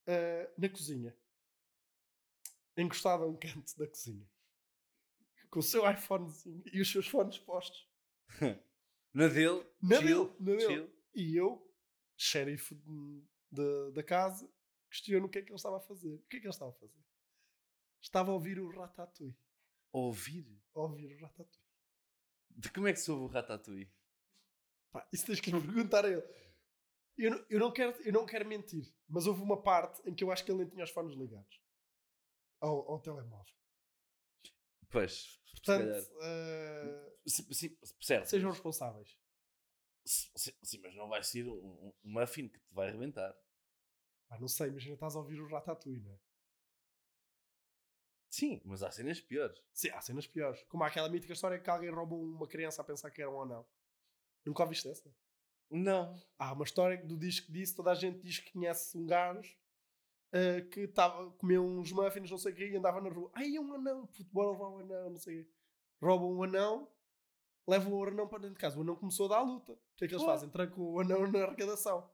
Speaker 5: ah, na cozinha, encostada a um canto da cozinha, com o seu iPhonezinho e os seus fones postos.
Speaker 6: Na dele.
Speaker 5: Na
Speaker 6: chill,
Speaker 5: dele, na dele.
Speaker 6: chill.
Speaker 5: E eu, xerife de- de- da casa, questiono o que é que ele estava a fazer. O que é que ele estava a fazer? Estava a ouvir o Ratatouille.
Speaker 6: A Ouvir.
Speaker 5: A ouvir o Ratatouille.
Speaker 6: De como é que soube o Ratatouille?
Speaker 5: Pá, isso tens que lhe perguntar a ele. Eu, não- eu, não quero, eu não quero mentir, mas houve uma parte em que eu acho que ele nem tinha os fones ligados ao, ao telemóvel.
Speaker 6: Pois.
Speaker 5: Portanto, eh,
Speaker 6: Sim, sim, certo.
Speaker 5: sejam responsáveis.
Speaker 6: Sim, sim, mas não vai ser um, um muffin que te vai arrebentar.
Speaker 5: Pá, não sei, imagina estás a ouvir o Ratatouille, não é?
Speaker 6: Sim, mas há cenas piores.
Speaker 5: Sim, há cenas piores. Como há aquela mítica história que alguém roubou uma criança a pensar que era um ou não. Nunca ouviste essa?
Speaker 6: Não.
Speaker 5: Há uma história do disco que disse, toda a gente diz que conhece um gajo eh, que tava, comeu uns muffins, não sei o quê, e andava na rua. Ai, é um anão, puto, bora levar um anão, não sei o quê. Roubam um anão, levam o anão para dentro de casa. O anão começou a dar a luta. O que é que eles
Speaker 6: Claro.
Speaker 5: fazem? Trancam o anão na arrecadação.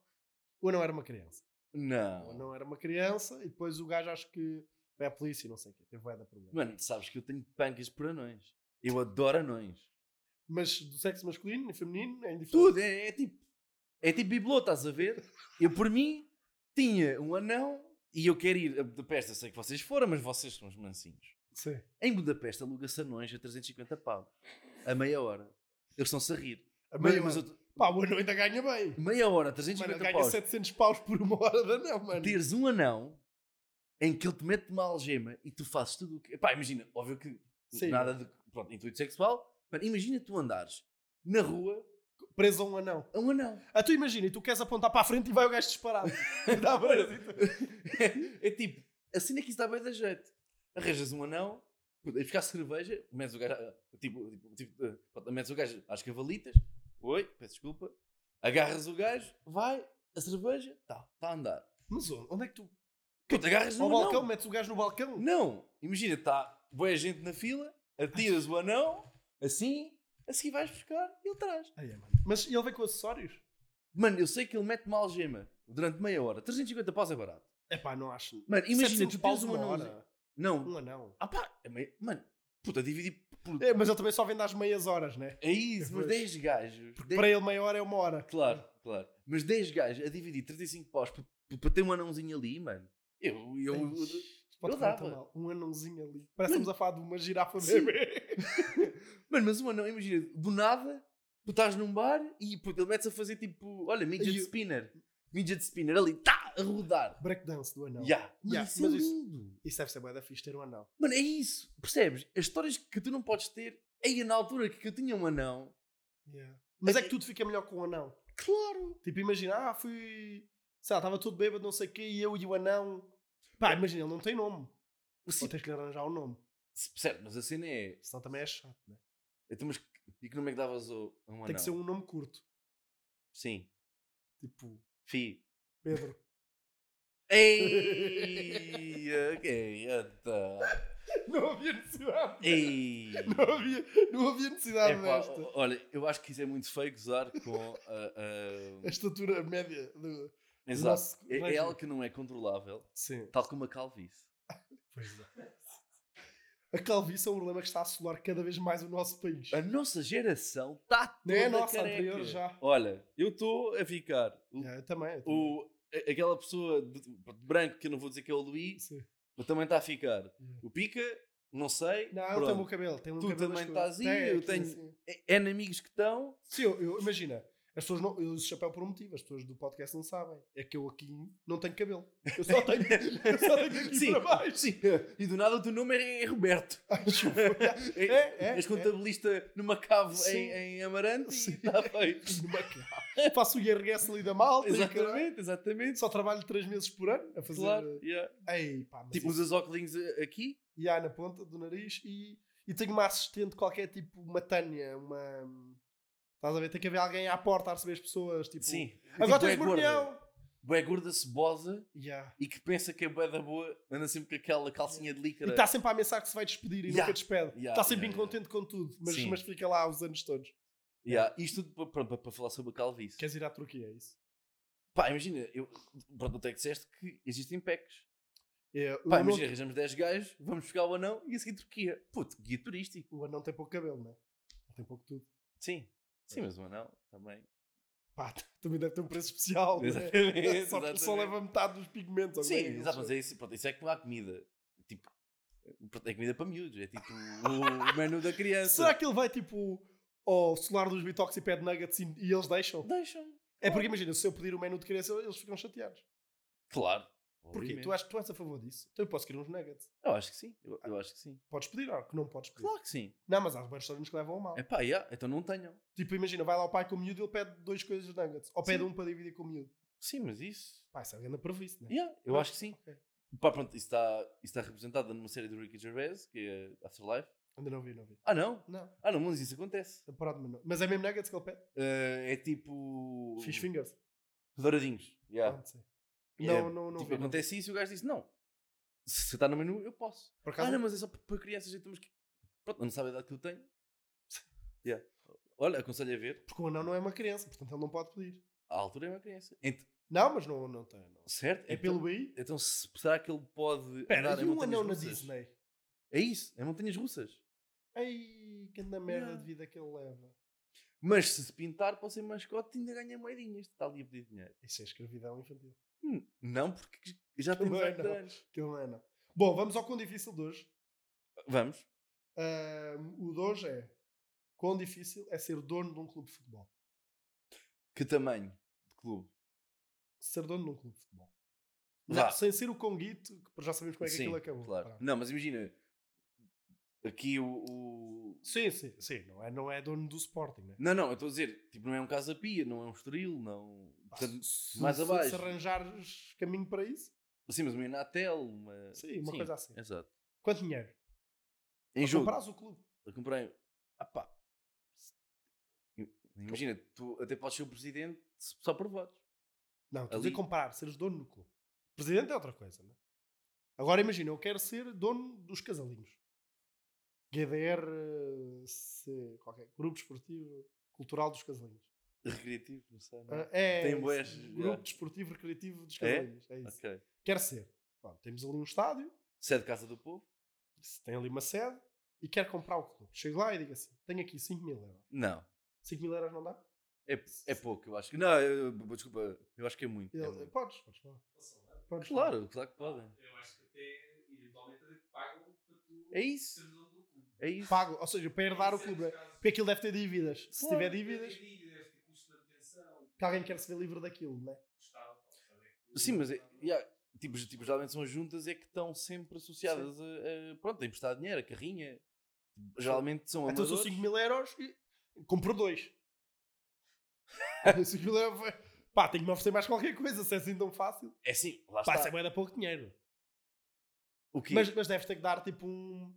Speaker 5: O anão era uma criança. O
Speaker 6: Não.
Speaker 5: anão era uma criança, e depois o gajo acho que vai à polícia, não sei o quê. Teve vai dar problema.
Speaker 6: Mano, tu sabes que eu tenho pancas por anões. Eu adoro anões.
Speaker 5: Mas do sexo masculino e feminino é indiferente.
Speaker 6: Tudo, é, é tipo. É tipo bibelô, estás a ver? Eu, por mim, tinha um anão e eu quero ir a Budapeste. Eu sei que vocês foram, mas vocês são os mansinhos.
Speaker 5: Sim.
Speaker 6: Em Budapeste, aluga-se anões a 350 pau. A meia hora. Eles estão-se a rir.
Speaker 5: A meia
Speaker 6: Mas- mas
Speaker 5: hora.
Speaker 6: eu-
Speaker 5: Pá, o anão ainda ganha bem.
Speaker 6: meia hora,
Speaker 5: Mano,
Speaker 6: 350
Speaker 5: ele ganha
Speaker 6: paus.
Speaker 5: 700 paus por uma hora de anão, mano.
Speaker 6: teres um anão em que ele te mete uma algema e tu fazes tudo o que. Pá, imagina, óbvio que
Speaker 5: Sim.
Speaker 6: nada de pronto, intuito sexual, mas imagina tu andares na rua
Speaker 5: preso a um anão.
Speaker 6: a um
Speaker 5: (laughs)
Speaker 6: anão.
Speaker 5: Ah, tu imagina, e tu queres apontar para a frente e vai o gajo
Speaker 6: (laughs)
Speaker 5: disparado. Dá para
Speaker 6: é tipo, assim é que isso dá bem da jeito. Arranjas um anão, podes buscar cerveja, metes o gajo, ah, tipo, tipo, tipo, ah, pronto, metes o gajo às cavalitas, oi, peço desculpa, agarras o gajo, vai, a cerveja, tá, tá a andar.
Speaker 5: Mas onde onde é que tu.
Speaker 6: Puta, agarras um
Speaker 5: Ao
Speaker 6: anão.
Speaker 5: balcão, metes o gajo no balcão.
Speaker 6: Não, imagina, está boa gente na fila, atiras o anão, assim, a seguir vais buscar e ele traz.
Speaker 5: Ai, é, mano. Mas ele vem com acessórios?
Speaker 6: Mano, eu sei que ele mete uma algema durante meia hora, 350 paus é barato.
Speaker 5: É pá, não acho.
Speaker 6: Mano, imagina,
Speaker 5: 700
Speaker 6: tu
Speaker 5: paus
Speaker 6: tens
Speaker 5: uma
Speaker 6: um anão.
Speaker 5: hora.
Speaker 6: Não,
Speaker 5: Um anão.
Speaker 6: ah pá, é meio- mano, puta, dividir por.
Speaker 5: É, mas ele também só vende às meias horas, né?
Speaker 6: É isso,
Speaker 5: Pois.
Speaker 6: mas 10 gajos.
Speaker 5: Porque
Speaker 6: dez-
Speaker 5: para ele meia hora é uma hora.
Speaker 6: Claro, claro. Mas 10 gajos a dividir 35 paus por- por- para ter um anãozinho ali, mano. Eu, eu, eu,
Speaker 5: Isto pode
Speaker 6: eu
Speaker 5: correr tão
Speaker 6: dava.
Speaker 5: mal. Um anãozinho ali. Parece que estamos a falar de uma girafa
Speaker 6: Sim.
Speaker 5: bebê.
Speaker 6: (laughs) Mano, mas um anão, imagina, do nada, tu estás num bar e puto, ele mete-se a fazer tipo, olha, midget
Speaker 5: E o-
Speaker 6: spinner. Midget spinner ali, tá, a rodar.
Speaker 5: Breakdance do anão.
Speaker 6: Ya. Mano,
Speaker 5: Ya,
Speaker 6: isso
Speaker 5: mas
Speaker 6: é
Speaker 5: isso-
Speaker 6: lindo.
Speaker 5: Isso deve ser bué da fixe ter um anão.
Speaker 6: Mano, é isso. Percebes? As histórias que tu não podes ter, aí na altura que eu tinha um anão,
Speaker 5: Mas é que tudo fica melhor com o anão.
Speaker 6: claro.
Speaker 5: Tipo, imagina, ah, fui. Sei lá, estava todo bêbado, não sei o quê, e eu e o anão. Pá, imagina, ele não tem nome.
Speaker 6: Sim,
Speaker 5: Ou tens que lhe arranjar o nome.
Speaker 6: se- certo, mas a cena é...
Speaker 5: Senão também é chato, né?
Speaker 6: Então, mas que- e que nome é que davas ao, a um anão?
Speaker 5: Tem que ser um nome curto.
Speaker 6: Sim.
Speaker 5: Tipo,
Speaker 6: Fi.
Speaker 5: Pedro.
Speaker 6: Ei! ok,
Speaker 5: (laughs)
Speaker 6: então.
Speaker 5: (laughs) não havia necessidade.
Speaker 6: Ei!
Speaker 5: Não havia, não havia necessidade
Speaker 6: É pá,
Speaker 5: desta.
Speaker 6: o- olha, eu acho que isso é muito feio gozar com a- a-
Speaker 5: A estatura média do,
Speaker 6: ah, Exato.
Speaker 5: nosso
Speaker 6: É- é,
Speaker 5: colégio.
Speaker 6: algo que não é controlável,
Speaker 5: Sim.
Speaker 6: tal como a calvície.
Speaker 5: Pois é. A calvície é um problema que está a assolar cada vez mais o nosso país.
Speaker 6: A nossa geração está toda
Speaker 5: Não é a nossa,
Speaker 6: careca.
Speaker 5: anterior já.
Speaker 6: Olha, eu estou a ficar. O,
Speaker 5: É, eu também. eu também.
Speaker 6: o- a- aquela pessoa de, de branco que eu não vou dizer que é o Luís,
Speaker 5: Sim.
Speaker 6: mas também está a ficar. O Pica, não sei.
Speaker 5: Hum. Não, eu
Speaker 6: pronto.
Speaker 5: tenho o meu cabelo. Tenho um
Speaker 6: Tu
Speaker 5: cabelo
Speaker 6: também
Speaker 5: escuro.
Speaker 6: estás aí,
Speaker 5: Tem,
Speaker 6: eu
Speaker 5: aqui,
Speaker 6: tenho-
Speaker 5: assim.
Speaker 6: É, é em amigos que estão.
Speaker 5: Sim, eu, eu- imagina. As pessoas não. Eu uso chapéu por um motivo, as pessoas do podcast não sabem. É que eu aqui não tenho cabelo. Eu só tenho, eu só tenho aqui
Speaker 6: Sim,
Speaker 5: para baixo.
Speaker 6: sim. E do nada o teu nome é, é Roberto.
Speaker 5: Acho
Speaker 6: É,
Speaker 5: É, é,
Speaker 6: és
Speaker 5: é.
Speaker 6: contabilista numa cave
Speaker 5: Sim.
Speaker 6: em, em Amarante
Speaker 5: Sim.
Speaker 6: e está
Speaker 5: (laughs)
Speaker 6: feito.
Speaker 5: numa capa. Faço o IRS ali da malta. e o caralho.
Speaker 6: exatamente, exatamente.
Speaker 5: Só trabalho 3 meses por ano a fazer.
Speaker 6: Claro. yeah.
Speaker 5: Ei, pá, mas
Speaker 6: Tipo,
Speaker 5: isso-
Speaker 6: usas óculos aqui?
Speaker 5: E há na ponta do nariz e, e tenho uma assistente qualquer, tipo uma Tânia, uma. Estás a ver? Tem que haver alguém à porta a receber as pessoas. Tipo,
Speaker 6: Sim.
Speaker 5: Agora
Speaker 6: Tipo,
Speaker 5: tens
Speaker 6: bué gorda.
Speaker 5: mormião!
Speaker 6: Bué gorda, cebosa
Speaker 5: Yeah.
Speaker 6: e que pensa que é bué da boa, anda sempre com aquela calcinha de
Speaker 5: E
Speaker 6: líquera.
Speaker 5: está sempre a pensar que se vai despedir e
Speaker 6: Yeah.
Speaker 5: nunca despede. Está
Speaker 6: Yeah,
Speaker 5: sempre
Speaker 6: yeah,
Speaker 5: incontente com tudo, mas,
Speaker 6: Sim.
Speaker 5: mas fica lá os anos todos.
Speaker 6: Yeah, Isto tudo para, para, para falar sobre a calvície.
Speaker 5: Queres ir à Turquia, é isso?
Speaker 6: Pá, imagina, eu, pronto, até que disseste que existem pecs.
Speaker 5: É,
Speaker 6: Pá,
Speaker 5: o, anão,
Speaker 6: imagina, arranjamos 10 gajos, vamos buscar o anão e a seguir Turquia. Puto, guia turístico.
Speaker 5: o anão tem pouco cabelo, não é? Tem pouco tudo.
Speaker 6: Sim. Sim, mas o anão
Speaker 5: (laughs)
Speaker 6: também.
Speaker 5: Pá, também deve ter um preço especial. não é?
Speaker 6: Exatamente,
Speaker 5: (laughs) Só, que é só
Speaker 6: exatamente.
Speaker 5: leva metade dos pigmentos. ou
Speaker 6: Sim,
Speaker 5: como é que é
Speaker 6: exato,
Speaker 5: eles-
Speaker 6: mas é isso, pronto, isso é como a comida. Tipo, pronto, é comida para miúdos, é tipo o, o menu da criança.
Speaker 5: Será que ele vai tipo ao solar dos Bitox e pede nuggets e, e eles deixam?
Speaker 6: Deixam.
Speaker 5: É porque imagina, se eu pedir o menu de criança, eles ficam chateados.
Speaker 6: Claro.
Speaker 5: Porquê?
Speaker 6: obviamente.
Speaker 5: Tu, achas- tu és a favor disso? Então eu posso querer uns nuggets.
Speaker 6: Eu acho que sim, eu, eu acho que sim.
Speaker 5: Podes pedir, ou Ah. que não podes pedir.
Speaker 6: Claro que sim.
Speaker 5: Não, mas há vários restaurantes que levam mal.
Speaker 6: É pá, yeah, então não tenham.
Speaker 5: Tipo, imagina, vai lá o pai com o miúdo e ele pede duas coisas de nuggets. Ou pede
Speaker 6: Sim.
Speaker 5: um para dividir com o miúdo.
Speaker 6: Sim, mas isso.
Speaker 5: Pá, isso é grande previsto, não é?
Speaker 6: Yeah, eu acho que sim.
Speaker 5: Ok.
Speaker 6: Pá, pronto, isso está isso está representado numa série do Ricky Gervais, que é Afterlife.
Speaker 5: Ainda não vi, não vi.
Speaker 6: Ah, não?
Speaker 5: Não,
Speaker 6: Ah, não, mas isso acontece.
Speaker 5: a parada, mas não. Mas é mesmo nuggets que ele pede?
Speaker 6: Eh, é tipo.
Speaker 5: Fish fingers.
Speaker 6: Douradinhos.
Speaker 5: Ah,
Speaker 6: Yeah.
Speaker 5: Não, sei.
Speaker 6: Yeah.
Speaker 5: não, não, não
Speaker 6: É. tipo,
Speaker 5: vi. não vi.
Speaker 6: acontece isso e o gajo disse: Não, se está no menu, eu posso.
Speaker 5: Por
Speaker 6: Ah,
Speaker 5: acaso,
Speaker 6: não, mas é só para- para crianças. Então, mas que... Pronto, não sabe a idade que eu tenho. (laughs) Yeah. Olha, aconselho a ver.
Speaker 5: porque o anão não é uma criança, portanto ele não pode pedir.
Speaker 6: À altura é uma criança. Ent-
Speaker 5: Não, mas não, não tem. Não.
Speaker 6: Certo?
Speaker 5: É pelo BI?
Speaker 6: Então, se- será que ele pode.
Speaker 5: Pera,
Speaker 6: andar em
Speaker 5: e um
Speaker 6: montanhas
Speaker 5: anão na
Speaker 6: russas?
Speaker 5: Disney?
Speaker 6: É isso, é montanhas russas.
Speaker 5: Ai, que anda merda
Speaker 6: Yeah.
Speaker 5: de vida que ele leva.
Speaker 6: Mas se se pintar para ser mascote, ainda ganha moedinhas. Está ali a pedir dinheiro.
Speaker 5: Isso é escravidão infantil.
Speaker 6: Hum, Não, porque já tem
Speaker 5: Também
Speaker 6: 18
Speaker 5: não.
Speaker 6: anos.
Speaker 5: Que ele não é, não. Bom, vamos ao quão difícil de hoje.
Speaker 6: Vamos.
Speaker 5: Ahm, o de hoje é quão difícil é ser dono de um clube de futebol.
Speaker 6: Que tamanho de clube?
Speaker 5: Ser dono de um clube de futebol.
Speaker 6: Vá.
Speaker 5: Não, sem ser o Conguito, que já sabemos como é que
Speaker 6: Sim,
Speaker 5: aquilo acabou.
Speaker 6: claro.
Speaker 5: Pronto.
Speaker 6: Não, mas imagina. Aqui o. o-
Speaker 5: Sim, sim, sim. Não é, não é dono do Sporting, né?
Speaker 6: Não, não, eu estou a dizer, tipo, não é um casa pia, não é um estoril, não.
Speaker 5: Pá,
Speaker 6: Portanto,
Speaker 5: se-
Speaker 6: mais
Speaker 5: se-
Speaker 6: abaixo.
Speaker 5: Se arranjares caminho para isso.
Speaker 6: Sim, mas uma Inatel, uma.
Speaker 5: Sim, uma coisa assim.
Speaker 6: Exato.
Speaker 5: Quanto dinheiro?
Speaker 6: Em jogo.
Speaker 5: Comprarás o clube.
Speaker 6: Eu comprei. Ah pá. Imagina, tu até podes ser o presidente só por votos.
Speaker 5: Não, estou a
Speaker 6: Ali-
Speaker 5: dizer comprar, seres dono do clube. Presidente é outra coisa, né? Agora imagina, eu quero ser dono dos casalinhos. GDR, eh, se- qualquer, Grupo Desportivo Cultural dos Casalinhos.
Speaker 6: Recreativo, não sei. Não.
Speaker 5: Ah, é,
Speaker 6: Tem
Speaker 5: esse,
Speaker 6: bués,
Speaker 5: Grupo
Speaker 6: yeah.
Speaker 5: Desportivo Recreativo dos
Speaker 6: É?
Speaker 5: Casalinhos. É, isso.
Speaker 6: ok.
Speaker 5: Quero ser. Pronto, temos ali um estádio,
Speaker 6: Sede Casa do Povo?
Speaker 5: se tem ali uma sede e quero comprar o clube. Chego lá e digo assim: tenho aqui 5 mil euros.
Speaker 6: Não.
Speaker 5: 5 mil euros não dá?
Speaker 6: É, é pouco, eu acho que. Não, eu- eu- desculpa, eu acho que é muito. é
Speaker 5: Ele,
Speaker 6: muito.
Speaker 5: Podes, podes falar. Podes falar.
Speaker 6: Claro, claro que podem.
Speaker 7: Eu acho que até eventualmente até te pagam para tu
Speaker 6: É isso.
Speaker 7: seres dono do clube.
Speaker 6: É isso.
Speaker 5: Pago, ou seja, para herdar o clube. né? Porque aquilo deve ter dívidas. Se
Speaker 6: Claro.
Speaker 5: tiver
Speaker 7: Deve
Speaker 5: dívidas,
Speaker 7: ter dívidas, tem custo de manutenção,
Speaker 5: que alguém quer se ver livre daquilo, né?
Speaker 7: custava. sabe, é que-
Speaker 6: Sim, mas é, yeah, tipo, tipo, geralmente são as juntas é que estão sempre associadas a, a- Pronto, a emprestar dinheiro, a carrinha. Geralmente são
Speaker 5: Então
Speaker 6: amadores.
Speaker 5: são 5 mil euros e compro dois. (laughs) 5 mil euros foi- Pá, tenho que me oferecer mais qualquer coisa, se é assim tão fácil.
Speaker 6: É sim, lá
Speaker 5: Pá,
Speaker 6: está.
Speaker 5: isso é bué da pouco dinheiro.
Speaker 6: o quê?
Speaker 5: Mas, mas deves ter que dar tipo um.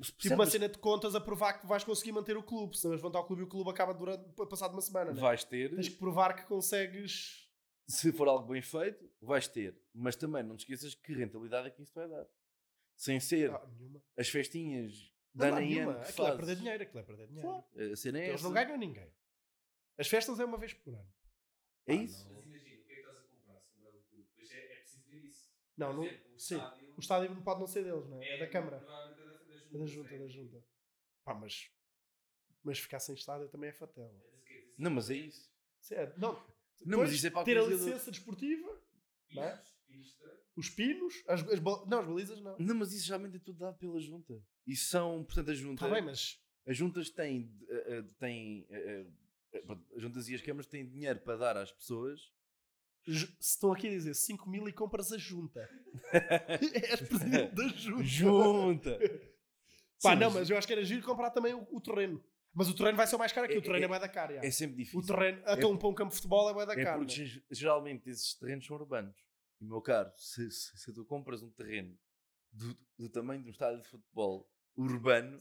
Speaker 5: Tipo
Speaker 6: Certo,
Speaker 5: uma
Speaker 6: mas
Speaker 5: cena de contas a provar que vais conseguir manter o clube. Se não vão ao clube e o clube acaba durante, passado uma semana, né?
Speaker 6: Vais ter.
Speaker 5: Tens que provar que consegues.
Speaker 6: se for algo bem feito, vais ter. Mas também não te esqueças que rentabilidade é que isso vai dar. Sem ser
Speaker 5: Ah, nenhuma.
Speaker 6: as festinhas de
Speaker 5: Não
Speaker 6: ano
Speaker 5: dá
Speaker 6: em
Speaker 5: nenhuma.
Speaker 6: ano.
Speaker 5: Aquilo é perder dinheiro, aquilo é perder dinheiro.
Speaker 6: Claro. A cena é
Speaker 5: Eles
Speaker 6: essa.
Speaker 5: não ganham ninguém. As festas é uma vez por ano.
Speaker 6: É isso.
Speaker 7: Mas imagina, o que é que estás a comprar? Se comprar
Speaker 5: Não, não.
Speaker 7: Quer dizer,
Speaker 5: Sim.
Speaker 7: estádio
Speaker 5: O estádio não pode não ser deles, não é? É da Câmara.
Speaker 7: provavelmente é da-
Speaker 5: É da junta, é da junta. Pá, mas. Mas ficar sem estádio também é fatal.
Speaker 6: Não, mas é isso.
Speaker 5: Certo. Não.
Speaker 6: Não, mas
Speaker 5: Depois,
Speaker 6: isso é para
Speaker 5: ter a
Speaker 6: acontecer-
Speaker 5: licença desportiva, não é?
Speaker 7: Pista,
Speaker 5: os pinos, as, as bal- não, as balizas não.
Speaker 6: Não, mas isso geralmente é tudo dado pela junta. E são, portanto, a junta.
Speaker 5: Está Tá bem, mas
Speaker 6: As juntas têm. eh, eh, têm eh, eh, pronto, as juntas e as câmaras têm dinheiro para dar às
Speaker 5: (laughs)
Speaker 6: pessoas.
Speaker 5: ju- se estou aqui a dizer 5 mil e compras a junta. (laughs) És presidente da junta.
Speaker 6: Junta!
Speaker 5: Pá,
Speaker 6: Sim,
Speaker 5: não, mas eu acho que era giro comprar também o, o terreno. Mas o terreno vai ser o mais caro aqui.
Speaker 6: É-
Speaker 5: o terreno é,
Speaker 6: é-
Speaker 5: bué da cara. já.
Speaker 6: É sempre difícil.
Speaker 5: o terreno, até um, para um campo de futebol é bué da
Speaker 6: É
Speaker 5: cara.
Speaker 6: porque ge- geralmente esses terrenos são urbanos. E, meu caro, se, se- se tu compras um terreno do, do tamanho de um estádio de futebol
Speaker 5: (laughs)
Speaker 6: urbano,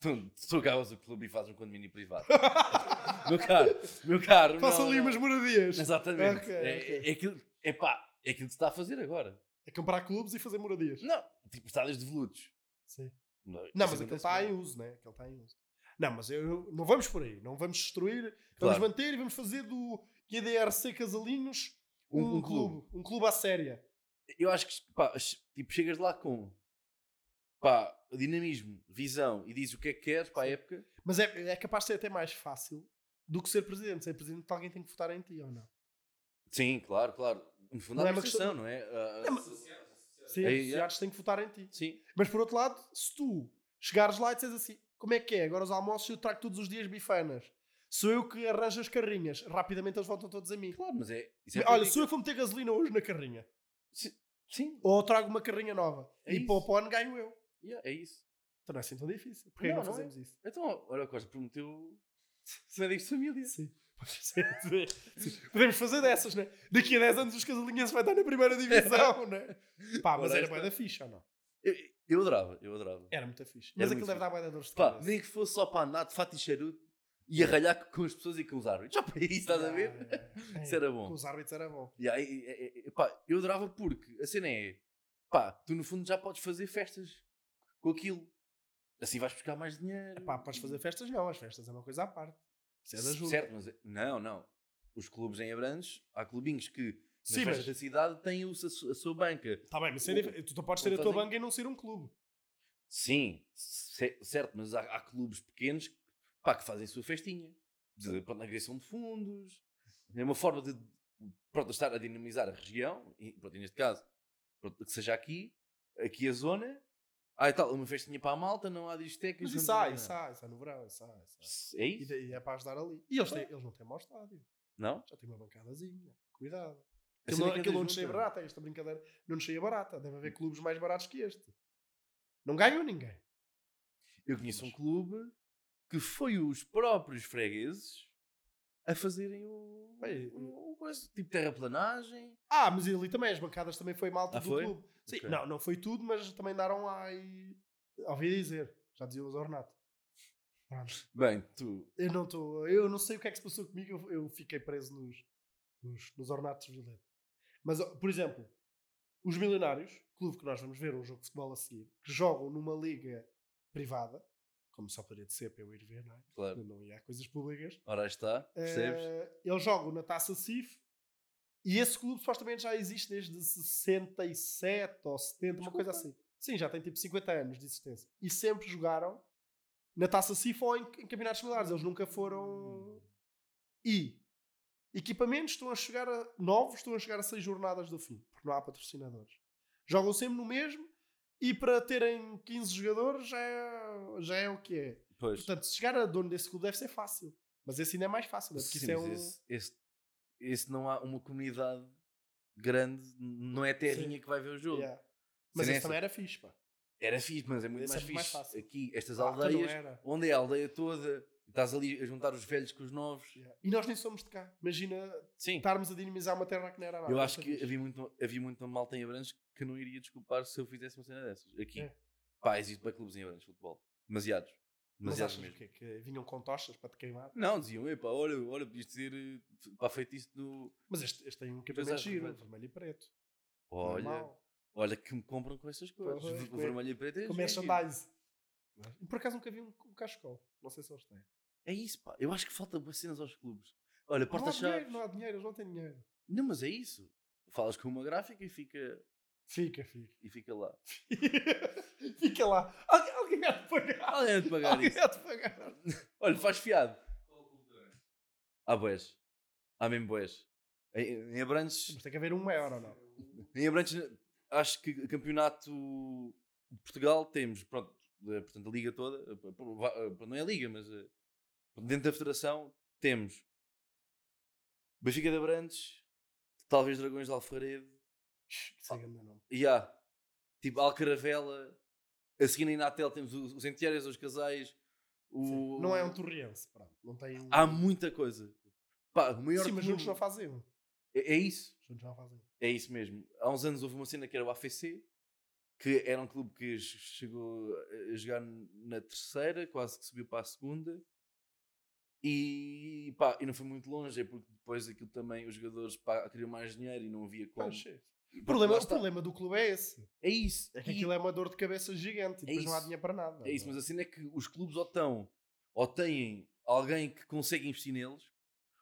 Speaker 6: tu, tu acabas o clube e fazes um condomínio privado. (laughs) meu caro, meu caro.
Speaker 5: Faça
Speaker 6: não,
Speaker 5: ali
Speaker 6: não.
Speaker 5: umas moradias.
Speaker 6: Exatamente.
Speaker 5: Ok,
Speaker 6: é,
Speaker 5: ok.
Speaker 6: é aquilo, é pá, é aquilo que se está a fazer agora.
Speaker 5: É comprar clubes e fazer moradias.
Speaker 6: Não, tipo estádios de veludos.
Speaker 5: Sim.
Speaker 6: Não, isso
Speaker 5: Não, mas
Speaker 6: acontece
Speaker 5: aquele está em
Speaker 6: muito.
Speaker 5: uso, né? Aquele está em uso. Não, mas eu, eu- não vamos por aí. Não vamos destruir.
Speaker 6: Claro.
Speaker 5: Vamos manter e vamos fazer do IDRC Casalinhos um,
Speaker 6: Um- um
Speaker 5: clube. Um clube à séria.
Speaker 6: Eu acho que, pá, ch- tipo, chegas lá com, pá, dinamismo, visão e dizes o que é que queres para a época.
Speaker 5: Mas é, é capaz de ser até mais fácil do que ser presidente. Ser presidente alguém tem que votar em ti ou não.
Speaker 6: Sim, claro, claro. No fundo,
Speaker 5: Não
Speaker 6: há
Speaker 5: é uma
Speaker 6: administração, não é? Ah,
Speaker 5: Não, mas- Sim,
Speaker 6: É,
Speaker 5: os
Speaker 6: é.
Speaker 5: associados têm que votar em ti.
Speaker 6: Sim.
Speaker 5: Mas por outro lado, se tu chegares lá e disseres assim, como é que é? Agora os almoços eu trago todos os dias bifanas. Sou eu que arranjo as carrinhas. Rapidamente eles voltam todos a mim.
Speaker 6: Claro, mas é. Isso é
Speaker 5: Olha,
Speaker 6: política.
Speaker 5: sou eu que vou meter gasolina hoje na carrinha.
Speaker 6: Sim,
Speaker 5: Ou trago uma carrinha nova.
Speaker 6: É
Speaker 5: e
Speaker 6: isso.
Speaker 5: para o PON ganho eu.
Speaker 6: yeah, é isso.
Speaker 5: Então não é assim tão difícil. Porquê
Speaker 6: Não,
Speaker 5: não,
Speaker 6: não é.
Speaker 5: fazemos isso?
Speaker 6: Então, olha, o Costa prometeu. Médicos de família.
Speaker 5: Sim. (laughs) Podemos fazer dessas, né? Daqui a 10 anos os casalinhas vai estar na primeira
Speaker 6: (laughs)
Speaker 5: divisão, né? Pá, mas
Speaker 6: Ora,
Speaker 5: era
Speaker 6: esta-
Speaker 5: bué da ficha ou não?
Speaker 6: Eu, eu adorava, eu adorava.
Speaker 5: Era muito fixe. Mas
Speaker 6: Era
Speaker 5: aquilo
Speaker 6: muito
Speaker 5: deve dar
Speaker 6: fixe.
Speaker 5: bué da dor de
Speaker 6: É, Pá,
Speaker 5: cabeça.
Speaker 6: nem que fosse só para andar de fato e charuto e arralhar com as pessoas e com os árbitros. Já para isso, (laughs) estás a ver?
Speaker 5: É, é, é.
Speaker 6: Isso era bom.
Speaker 5: Com os árbitros era bom.
Speaker 6: E aí, é- é- é- pá, eu adorava porque a cena é. Pá, tu no fundo já podes fazer festas com aquilo. Assim vais buscar mais dinheiro.
Speaker 5: Pá, podes fazer festas? Não, as festas é uma coisa à parte. Isso é da junta.
Speaker 6: Certo, mas não, não. Os clubes em Abrantes, há clubinhos que nas
Speaker 5: Sim,
Speaker 6: festas
Speaker 5: mas-
Speaker 6: da cidade têm o- a, su- a sua banca.
Speaker 5: Tá bem, mas isso é dif- tu podes ter
Speaker 6: Não
Speaker 5: a tua
Speaker 6: fazem-
Speaker 5: banca e não ser um clube.
Speaker 6: Sim, ce- certo, mas há, há clubes pequenos pá, que fazem a sua festinha. De, pronto, agregação de fundos. É uma forma de pronto, estar a dinamizar a região, e, pronto, e neste caso, pronto, que seja aqui, aqui a zona. Ah, e tal, uma festinha para a malta, não há discotecas.
Speaker 5: Mas
Speaker 6: não
Speaker 5: isso é
Speaker 6: tem
Speaker 5: há,
Speaker 6: nada.
Speaker 5: isso há, isso há no verão, isso há, isso há.
Speaker 6: É
Speaker 5: E
Speaker 6: isso?
Speaker 5: daí é para ajudar ali. E eles, têm- eles não têm mau estádio.
Speaker 6: Não?
Speaker 5: Já têm uma bancadazinha. Cuidado.
Speaker 6: A
Speaker 5: Aquilo,
Speaker 6: cena é
Speaker 5: não-
Speaker 6: que é
Speaker 5: aquilo
Speaker 6: da
Speaker 5: não Hum. nos cheia
Speaker 6: junta.
Speaker 5: barata, esta brincadeira não nos cheia barata. Deve haver clubes mais baratos que este. Não ganhou ninguém.
Speaker 6: Eu conheço um clube que foi os próprios fregueses a fazerem o.
Speaker 5: Bem,
Speaker 6: o- o coisa, tipo terraplanagem.
Speaker 5: Ah, mas ali também, as bancadas também foi malta
Speaker 6: Ah,
Speaker 5: do
Speaker 6: foi?
Speaker 5: clube. Sim,
Speaker 6: Ok.
Speaker 5: não, não foi tudo, mas também daram lá e. Ouvi dizer, já dizia o Zornato. Pronto.
Speaker 6: Bem, tu.
Speaker 5: Eu não estou. Eu não sei o que é que se passou comigo, eu, eu fiquei preso nos, nos, nos ornatos violetos. Mas, ó, por exemplo, os Milionários, clube que nós vamos ver um jogo de futebol a seguir, que jogam numa liga privada, como só poderia de ser para eu ir ver, não é?
Speaker 6: Claro.
Speaker 5: Não ia a coisas públicas.
Speaker 6: Ora aí está, percebes?
Speaker 5: Eh, eles jogam na Taça CIF e esse clube supostamente já existe desde 67 ou 70, uma coisa assim. Sim, já tem tipo 50 anos de existência. E sempre jogaram na Taça CIF ou em, em campeonatos similares. Eles nunca foram. E equipamentos estão a chegar a. novos estão a chegar a seis jornadas do fim, porque não há patrocinadores. Jogam sempre no mesmo e para terem 15 jogadores já é, já é o que é.
Speaker 6: Pois.
Speaker 5: Portanto, se chegar a dono desse clube deve ser fácil. Mas esse ainda é mais fácil, né? porque
Speaker 6: Sim,
Speaker 5: isso é
Speaker 6: mas
Speaker 5: um.
Speaker 6: esse, esse, esse não há uma comunidade grande, não é a terrinha que vai ver o jogo.
Speaker 5: Yeah. Mas
Speaker 6: Sim,
Speaker 5: esse
Speaker 6: essa-
Speaker 5: também era fixe, pá.
Speaker 6: Era fixe, mas é muito
Speaker 5: Esse é
Speaker 6: mais
Speaker 5: muito mais
Speaker 6: fixe.
Speaker 5: fácil.
Speaker 6: Aqui, estas
Speaker 5: Ah, então não
Speaker 6: aldeias,
Speaker 5: era.
Speaker 6: onde é a aldeia toda, estás ali a juntar os velhos com os novos.
Speaker 5: Yeah. E nós nem somos de cá. Imagina
Speaker 6: Sim.
Speaker 5: estarmos a dinamizar uma terra que não era nada.
Speaker 6: Eu acho
Speaker 5: Essa
Speaker 6: que é
Speaker 5: fixe.
Speaker 6: havia muito, havia muito malta em Abrantes que não iria desculpar se eu fizesse uma cena dessas. Aqui.
Speaker 5: É.
Speaker 6: Pá, existe para clubes em Abrantes de futebol. Demasiados.
Speaker 5: Mas
Speaker 6: Demasiados
Speaker 5: achas o
Speaker 6: mesmo. Hum.
Speaker 5: quê? Que é? vinham com tochas para te queimar?
Speaker 6: Não, diziam, epá, olha, olha, podias dizer, eh, pá, feito isso no...
Speaker 5: Mas este, este tem um
Speaker 6: Mas
Speaker 5: equipamento
Speaker 6: acho
Speaker 5: giro,
Speaker 6: que-
Speaker 5: vermelho e preto.
Speaker 6: é, Olha,
Speaker 5: Normal.
Speaker 6: olha que me compram com essas coisas.
Speaker 5: Pois,
Speaker 6: o
Speaker 5: como é-
Speaker 6: vermelho e preto é...
Speaker 5: Com
Speaker 6: giro.
Speaker 5: merchandise. E Por acaso nunca vi um, um cachecol. Não sei se eles têm.
Speaker 6: É isso, pá. Eu acho que falta boas cenas aos clubes. Olha,
Speaker 5: Não é? há
Speaker 6: porta-chave.
Speaker 5: dinheiro, não há dinheiro, eles não têm dinheiro.
Speaker 6: Não, mas é isso. Falas com uma gráfica e fica.
Speaker 5: Fica, fica. (laughs)
Speaker 6: e fica lá.
Speaker 5: fica lá. Alguém, alguém há de pagar.
Speaker 6: Alguém há de
Speaker 5: (laughs)
Speaker 6: pagar
Speaker 5: Alguém
Speaker 6: isso.
Speaker 5: há de pagar.
Speaker 6: Olha, faz fiado. Há boés. Há mesmo boés. Em, em Abrantes,
Speaker 5: Mas tem que haver um maior ou não?
Speaker 6: em Abrantes, acho que campeonato de Portugal temos, pronto, eh, portanto, a liga toda, eh, pr- pr- va- eh, não é a liga, mas eh, dentro da federação temos Benfica de Abrantes, talvez Dragões de Alfaredo,
Speaker 5: Siga o meu nome.
Speaker 6: e há, tipo, Alcaravela, a seguir na Inatel temos os, os enteários, os casais, o... Ah,
Speaker 5: Não é um torriense, pronto. Não tem um...
Speaker 6: Há muita coisa. Pá, o maior
Speaker 5: Sim, mas
Speaker 6: clube-
Speaker 5: juntos não fazem um.
Speaker 6: É, é isso.
Speaker 5: Juntos não fazem um.
Speaker 6: É isso mesmo. Há uns anos houve uma cena que era o AFC, que era um clube que ch- chegou a a jogar na terceira, quase que subiu para a segunda. E pá, e não foi muito longe, é porque depois aquilo também os jogadores pá, queriam mais dinheiro e não havia como.
Speaker 5: Pois, sim.
Speaker 6: Porque
Speaker 5: O problema,
Speaker 6: lá
Speaker 5: o
Speaker 6: está.
Speaker 5: problema do clube é esse.
Speaker 6: É isso.
Speaker 5: É que
Speaker 6: E-
Speaker 5: aquilo é uma dor de cabeça gigante. E depois não há
Speaker 6: isso.
Speaker 5: dinheiro para nada.
Speaker 6: É isso, mas a cena é que os clubes ou estão, ou têm alguém que consegue investir neles,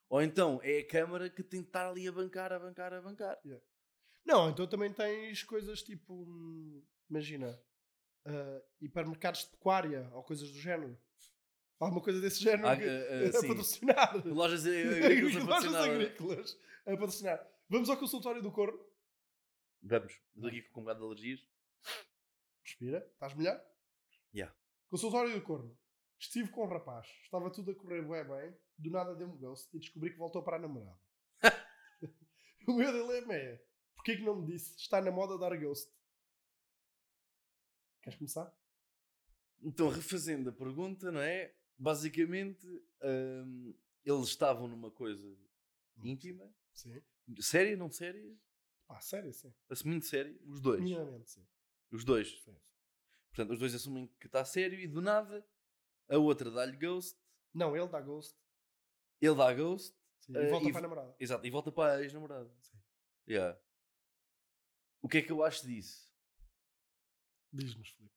Speaker 6: ou então é a Câmara que tem de estar ali a bancar, a bancar, a bancar.
Speaker 5: Não, então também tens coisas tipo. hum, Imagina. ah, hipermercados de pecuária ou coisas do género. Alguma coisa desse género
Speaker 6: Ah,
Speaker 5: que, (laughs)
Speaker 6: ah, ah,
Speaker 5: a
Speaker 6: sim.
Speaker 5: patrocinar.
Speaker 6: Lojas
Speaker 5: (laughs)
Speaker 6: é, agrícolas né? a
Speaker 5: É Lojas
Speaker 6: patrocinar.
Speaker 5: agrícolas a patrocinar. Vamos ao consultório do corno.
Speaker 6: Vamos, estou aqui com um bocado de alergias.
Speaker 5: Respira, estás melhor?
Speaker 6: Ya.
Speaker 5: Consultório do corno. Estive com um rapaz, estava tudo a correr bem, bem, do nada deu-me ghost e descobri que voltou para a
Speaker 6: (laughs)
Speaker 5: namorada. (laughs) o meu dilema é: porquê que não me disse? Está na moda dar ghost. Queres começar?
Speaker 6: Então, refazendo a pergunta, não é? Basicamente, hum, eles estavam numa coisa íntima,
Speaker 5: Hum, Sim.
Speaker 6: séria, não séria,
Speaker 5: Pá, sério, sim.
Speaker 6: assim, muito séria, os dois.
Speaker 5: Minimamente, sim.
Speaker 6: Os dois.
Speaker 5: Sim.
Speaker 6: Portanto, os dois assumem que está sério e do nada a outra dá-lhe ghost,
Speaker 5: Não, ele dá ghost
Speaker 6: ele dá ghost,
Speaker 5: sim,
Speaker 6: Eh,
Speaker 5: e volta
Speaker 6: e
Speaker 5: para a
Speaker 6: vo-
Speaker 5: namorada.
Speaker 6: exato, e volta para a ex-namorada.
Speaker 5: Sim.
Speaker 6: Yeah. O que é que eu acho disso?
Speaker 5: Diz-nos,
Speaker 6: (laughs)
Speaker 5: Filipe.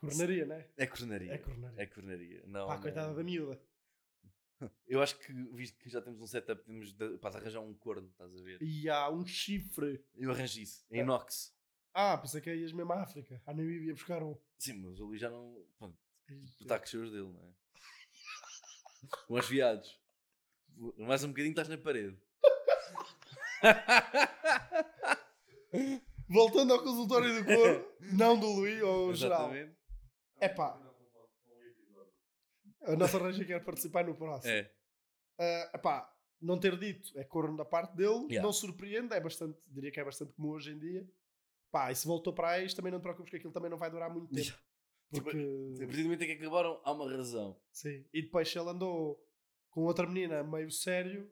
Speaker 5: Cornaria, não é?
Speaker 6: É cornaria.
Speaker 5: É cornaria.
Speaker 6: É cornaria. Não, né?
Speaker 5: Pá,
Speaker 6: não.
Speaker 5: coitada da miúda.
Speaker 6: Eu acho que, visto que já temos um setup, temos de, pá, de arranjar um corno, estás a ver?
Speaker 5: E há um chifre.
Speaker 6: Eu arranjei isso, em
Speaker 5: É.
Speaker 6: inox.
Speaker 5: Ah, pensei que ias mesmo à África, à Namíbia buscar um.
Speaker 6: Sim, mas ali já não. Pronto, tu
Speaker 5: Eita.
Speaker 6: tá com os seus dele, não é? (laughs) Com os viados. Mais um bocadinho estás na parede.
Speaker 5: Voltando ao consultório do
Speaker 6: (laughs)
Speaker 5: corpo, não do Luís ou geral.
Speaker 6: Exatamente.
Speaker 5: É pá. A nossa Ranja quer participar no próximo.
Speaker 6: É.
Speaker 5: É pá, não ter dito é corno da parte dele,
Speaker 6: Yeah.
Speaker 5: não surpreende, é bastante, diria que é bastante comum hoje em dia. Pá, e se voltou para aí, também não te preocupes que aquilo também não vai durar muito tempo.
Speaker 6: Tipo, A
Speaker 5: Porque.
Speaker 6: partir do momento em que acabaram, há uma razão.
Speaker 5: Sim. E depois se ele andou com outra menina meio sério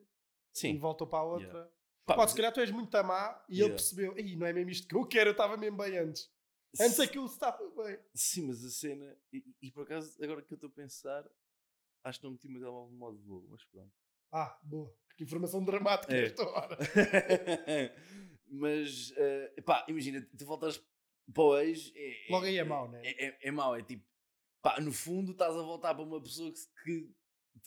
Speaker 5: e
Speaker 6: Sim.
Speaker 5: voltou para a outra.
Speaker 6: Yeah.
Speaker 5: Pá,
Speaker 6: Pá,
Speaker 5: se calhar tu és muito amá e ele
Speaker 6: Yeah.
Speaker 5: percebeu, Ih, não é mesmo isto que eu quero, eu estava mesmo bem antes. Antes
Speaker 6: mas,
Speaker 5: aquilo estava bem.
Speaker 6: sim, mas a cena. E, e por acaso, agora que eu estou a pensar, acho que não meti o meu telemóvel no modo de voo, mas pronto.
Speaker 5: Ah, boa. Que informação dramática
Speaker 6: É.
Speaker 5: esta hora.
Speaker 6: (laughs) mas, eh, pá, imagina, tu voltas para o ex. é-
Speaker 5: Logo aí é mau, né?
Speaker 6: É, é, é mau, é tipo, pá, no fundo estás a voltar para uma pessoa que, se- que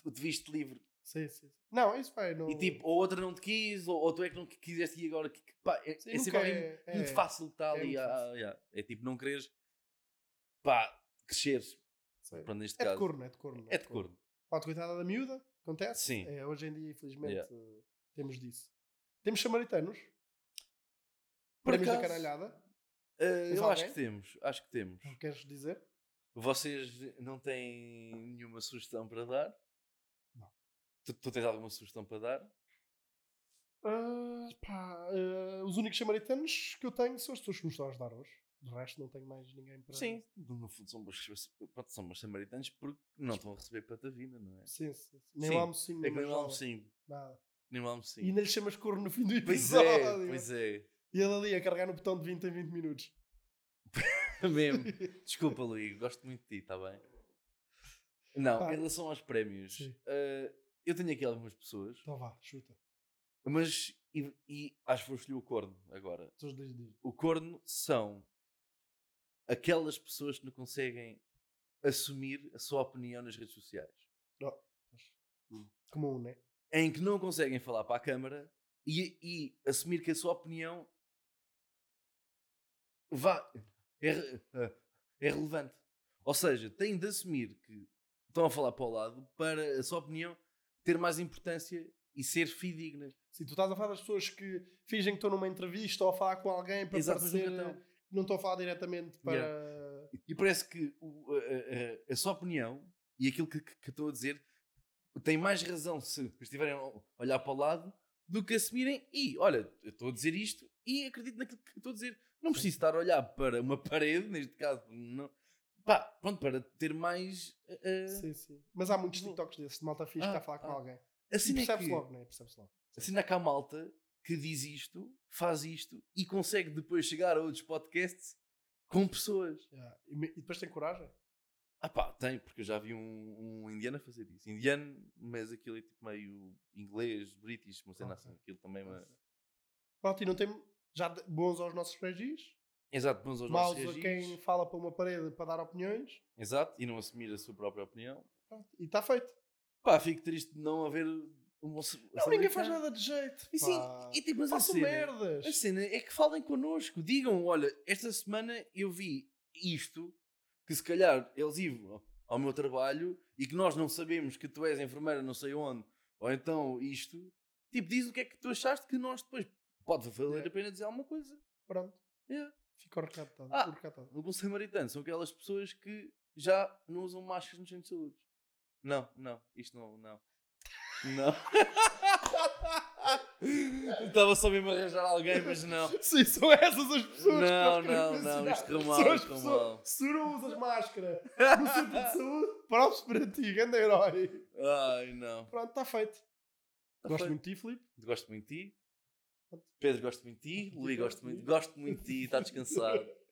Speaker 6: tu te viste livre.
Speaker 5: Sim, sim. Não, isso vai. Não...
Speaker 6: E tipo, ou outra não te quis, ou, ou tu é que não qui- quiseste e agora. Que, que, pá, é,
Speaker 5: Sim,
Speaker 6: é sempre
Speaker 5: nunca
Speaker 6: alguém
Speaker 5: é- é-
Speaker 6: muito fácil que está
Speaker 5: é
Speaker 6: ali.
Speaker 5: muito
Speaker 6: ah,
Speaker 5: fácil.
Speaker 6: ah, yeah. É tipo, não quereres, pá, cresceres.
Speaker 5: Sim.
Speaker 6: Pronto, neste
Speaker 5: É de
Speaker 6: caso.
Speaker 5: corno, é de corno.
Speaker 6: É de corno.
Speaker 5: Pode coitada da miúda, acontece.
Speaker 6: Sim.
Speaker 5: É, hoje em dia, infelizmente,
Speaker 6: Yeah.
Speaker 5: eh, temos disso. Temos samaritanos. Prémios da
Speaker 6: acaso,
Speaker 5: caralhada.
Speaker 6: Ah,
Speaker 5: Tens
Speaker 6: eu acho
Speaker 5: alguém?
Speaker 6: que temos, acho que temos.
Speaker 5: Não queres dizer?
Speaker 6: Vocês não têm nenhuma sugestão para dar?
Speaker 5: Não.
Speaker 6: Tu, tu tens alguma sugestão para dar?
Speaker 5: Ah, pá, eh, os únicos samaritanos que eu tenho são as pessoas que nos estão a ajudar hoje. De resto, não tenho mais ninguém para.
Speaker 6: Sim, no fundo são bons, pronto, são bons samaritanos porque não estão a receber patavina, não é?
Speaker 5: Sim, sim. Nem
Speaker 6: Sim.
Speaker 5: um almocinho,
Speaker 6: É que
Speaker 5: nem
Speaker 6: nem um
Speaker 5: uma jola,
Speaker 6: almocinho.
Speaker 5: nada.
Speaker 6: Nem um
Speaker 5: E
Speaker 6: almocinho.
Speaker 5: ainda lhe chamas corno no fim do episódio.
Speaker 6: Pois é, pois (laughs) é.
Speaker 5: E ele ali a carregar no botão de 20 em 20 minutos.
Speaker 6: É (laughs) Mesmo. Desculpa, Luís, gosto muito de ti, está bem? Não,
Speaker 5: Pá.
Speaker 6: em relação aos prémios,
Speaker 5: Sim.
Speaker 6: eh, eu tenho aqui algumas pessoas,
Speaker 5: Então vá, chuta.
Speaker 6: mas e, e acho que vou escolher o corno agora.
Speaker 5: Estou os dois dias.
Speaker 6: O corno são aquelas pessoas que não conseguem assumir a sua opinião nas redes sociais.
Speaker 5: Comum, né?
Speaker 6: em que não conseguem falar para a câmara e, e assumir que a sua opinião vá, é, re- é relevante. Ou seja, têm de assumir que estão a falar para o lado para a sua opinião ter mais importância e ser fidedigna.
Speaker 5: Se tu estás a falar das pessoas que fingem que estão numa entrevista ou a falar com alguém para
Speaker 6: Exato, mas
Speaker 5: parecer
Speaker 6: nunca estão.
Speaker 5: que não estão a falar diretamente para.
Speaker 6: E parece que o- a, a- a- a sua opinião e aquilo que, que- que estou a dizer tem mais razão se estiverem a olhar para o lado do que assumirem e, olha, eu estou a dizer isto e acredito naquilo que estou a dizer. Não preciso estar a olhar para uma (laughs) parede, neste caso, não. Pá, pronto, para ter mais. ah, ah,
Speaker 5: Sim, sim. Mas há muitos TikToks desses de malta fixe que está
Speaker 6: Ah,
Speaker 5: a falar com
Speaker 6: ah.
Speaker 5: alguém.
Speaker 6: assim é
Speaker 5: percebes
Speaker 6: que-
Speaker 5: logo, não é? Percebes logo.
Speaker 6: Assim é que há malta que diz isto, faz isto e consegue depois chegar a outros podcasts com pessoas.
Speaker 5: Yeah. E, me- e depois tem coragem.
Speaker 6: Ah pá, tem, porque eu já vi um, um indiano a fazer isso. Indiano, mas aquilo é tipo meio inglês, british, não sei nada assim. Aquilo também é uma...
Speaker 5: Pronto, e não tem. Já de- bons aos nossos regis,
Speaker 6: Exato, bons aos
Speaker 5: maus
Speaker 6: nossos
Speaker 5: a
Speaker 6: regis.
Speaker 5: quem fala para uma parede para dar opiniões.
Speaker 6: Exato, e não assumir a sua própria opinião.
Speaker 5: Pronto, e está feito.
Speaker 6: Pá, fico triste de não haver um bom...
Speaker 5: Não, ninguém faz nada de jeito.
Speaker 6: E sim,
Speaker 5: pá.
Speaker 6: e tipo, mas a
Speaker 5: Façam
Speaker 6: cena,
Speaker 5: merdas.
Speaker 6: a cena é que falem connosco. Digam, olha, esta semana eu vi isto, que se calhar eles iam ao meu trabalho e que nós não sabemos que tu és enfermeira não sei onde, ou então isto. Tipo, diz o que é que tu achaste que nós depois... Pode valer
Speaker 5: Yeah.
Speaker 6: a pena dizer alguma coisa.
Speaker 5: Pronto.
Speaker 6: Yeah.
Speaker 5: Fica o recado todo.
Speaker 6: Ah.
Speaker 5: o recado tá? todo.
Speaker 6: O bom samaritano são aquelas pessoas que já não usam máscaras nos centros de saúde. Não, não, isto não, não. Não. (laughs) Estava só mesmo a arranjar alguém, mas não.
Speaker 5: (laughs) Sim, são essas as pessoas que nós
Speaker 6: Não,
Speaker 5: queremos
Speaker 6: não, não,
Speaker 5: ensinar.
Speaker 6: isto correu mal,
Speaker 5: São as
Speaker 6: correu
Speaker 5: pessoas-
Speaker 6: mal.
Speaker 5: Se não usas máscara
Speaker 6: (laughs)
Speaker 5: no centro de saúde, props para ti, grande herói.
Speaker 6: Ai, não.
Speaker 5: Pronto, está feito.
Speaker 6: Tá
Speaker 5: Gosto
Speaker 6: feito.
Speaker 5: muito de ti, Filipe.
Speaker 6: Gosto muito de ti. Pedro, gosto muito de ti. Luís, gosto muito, gosto muito de ti. Está descansado.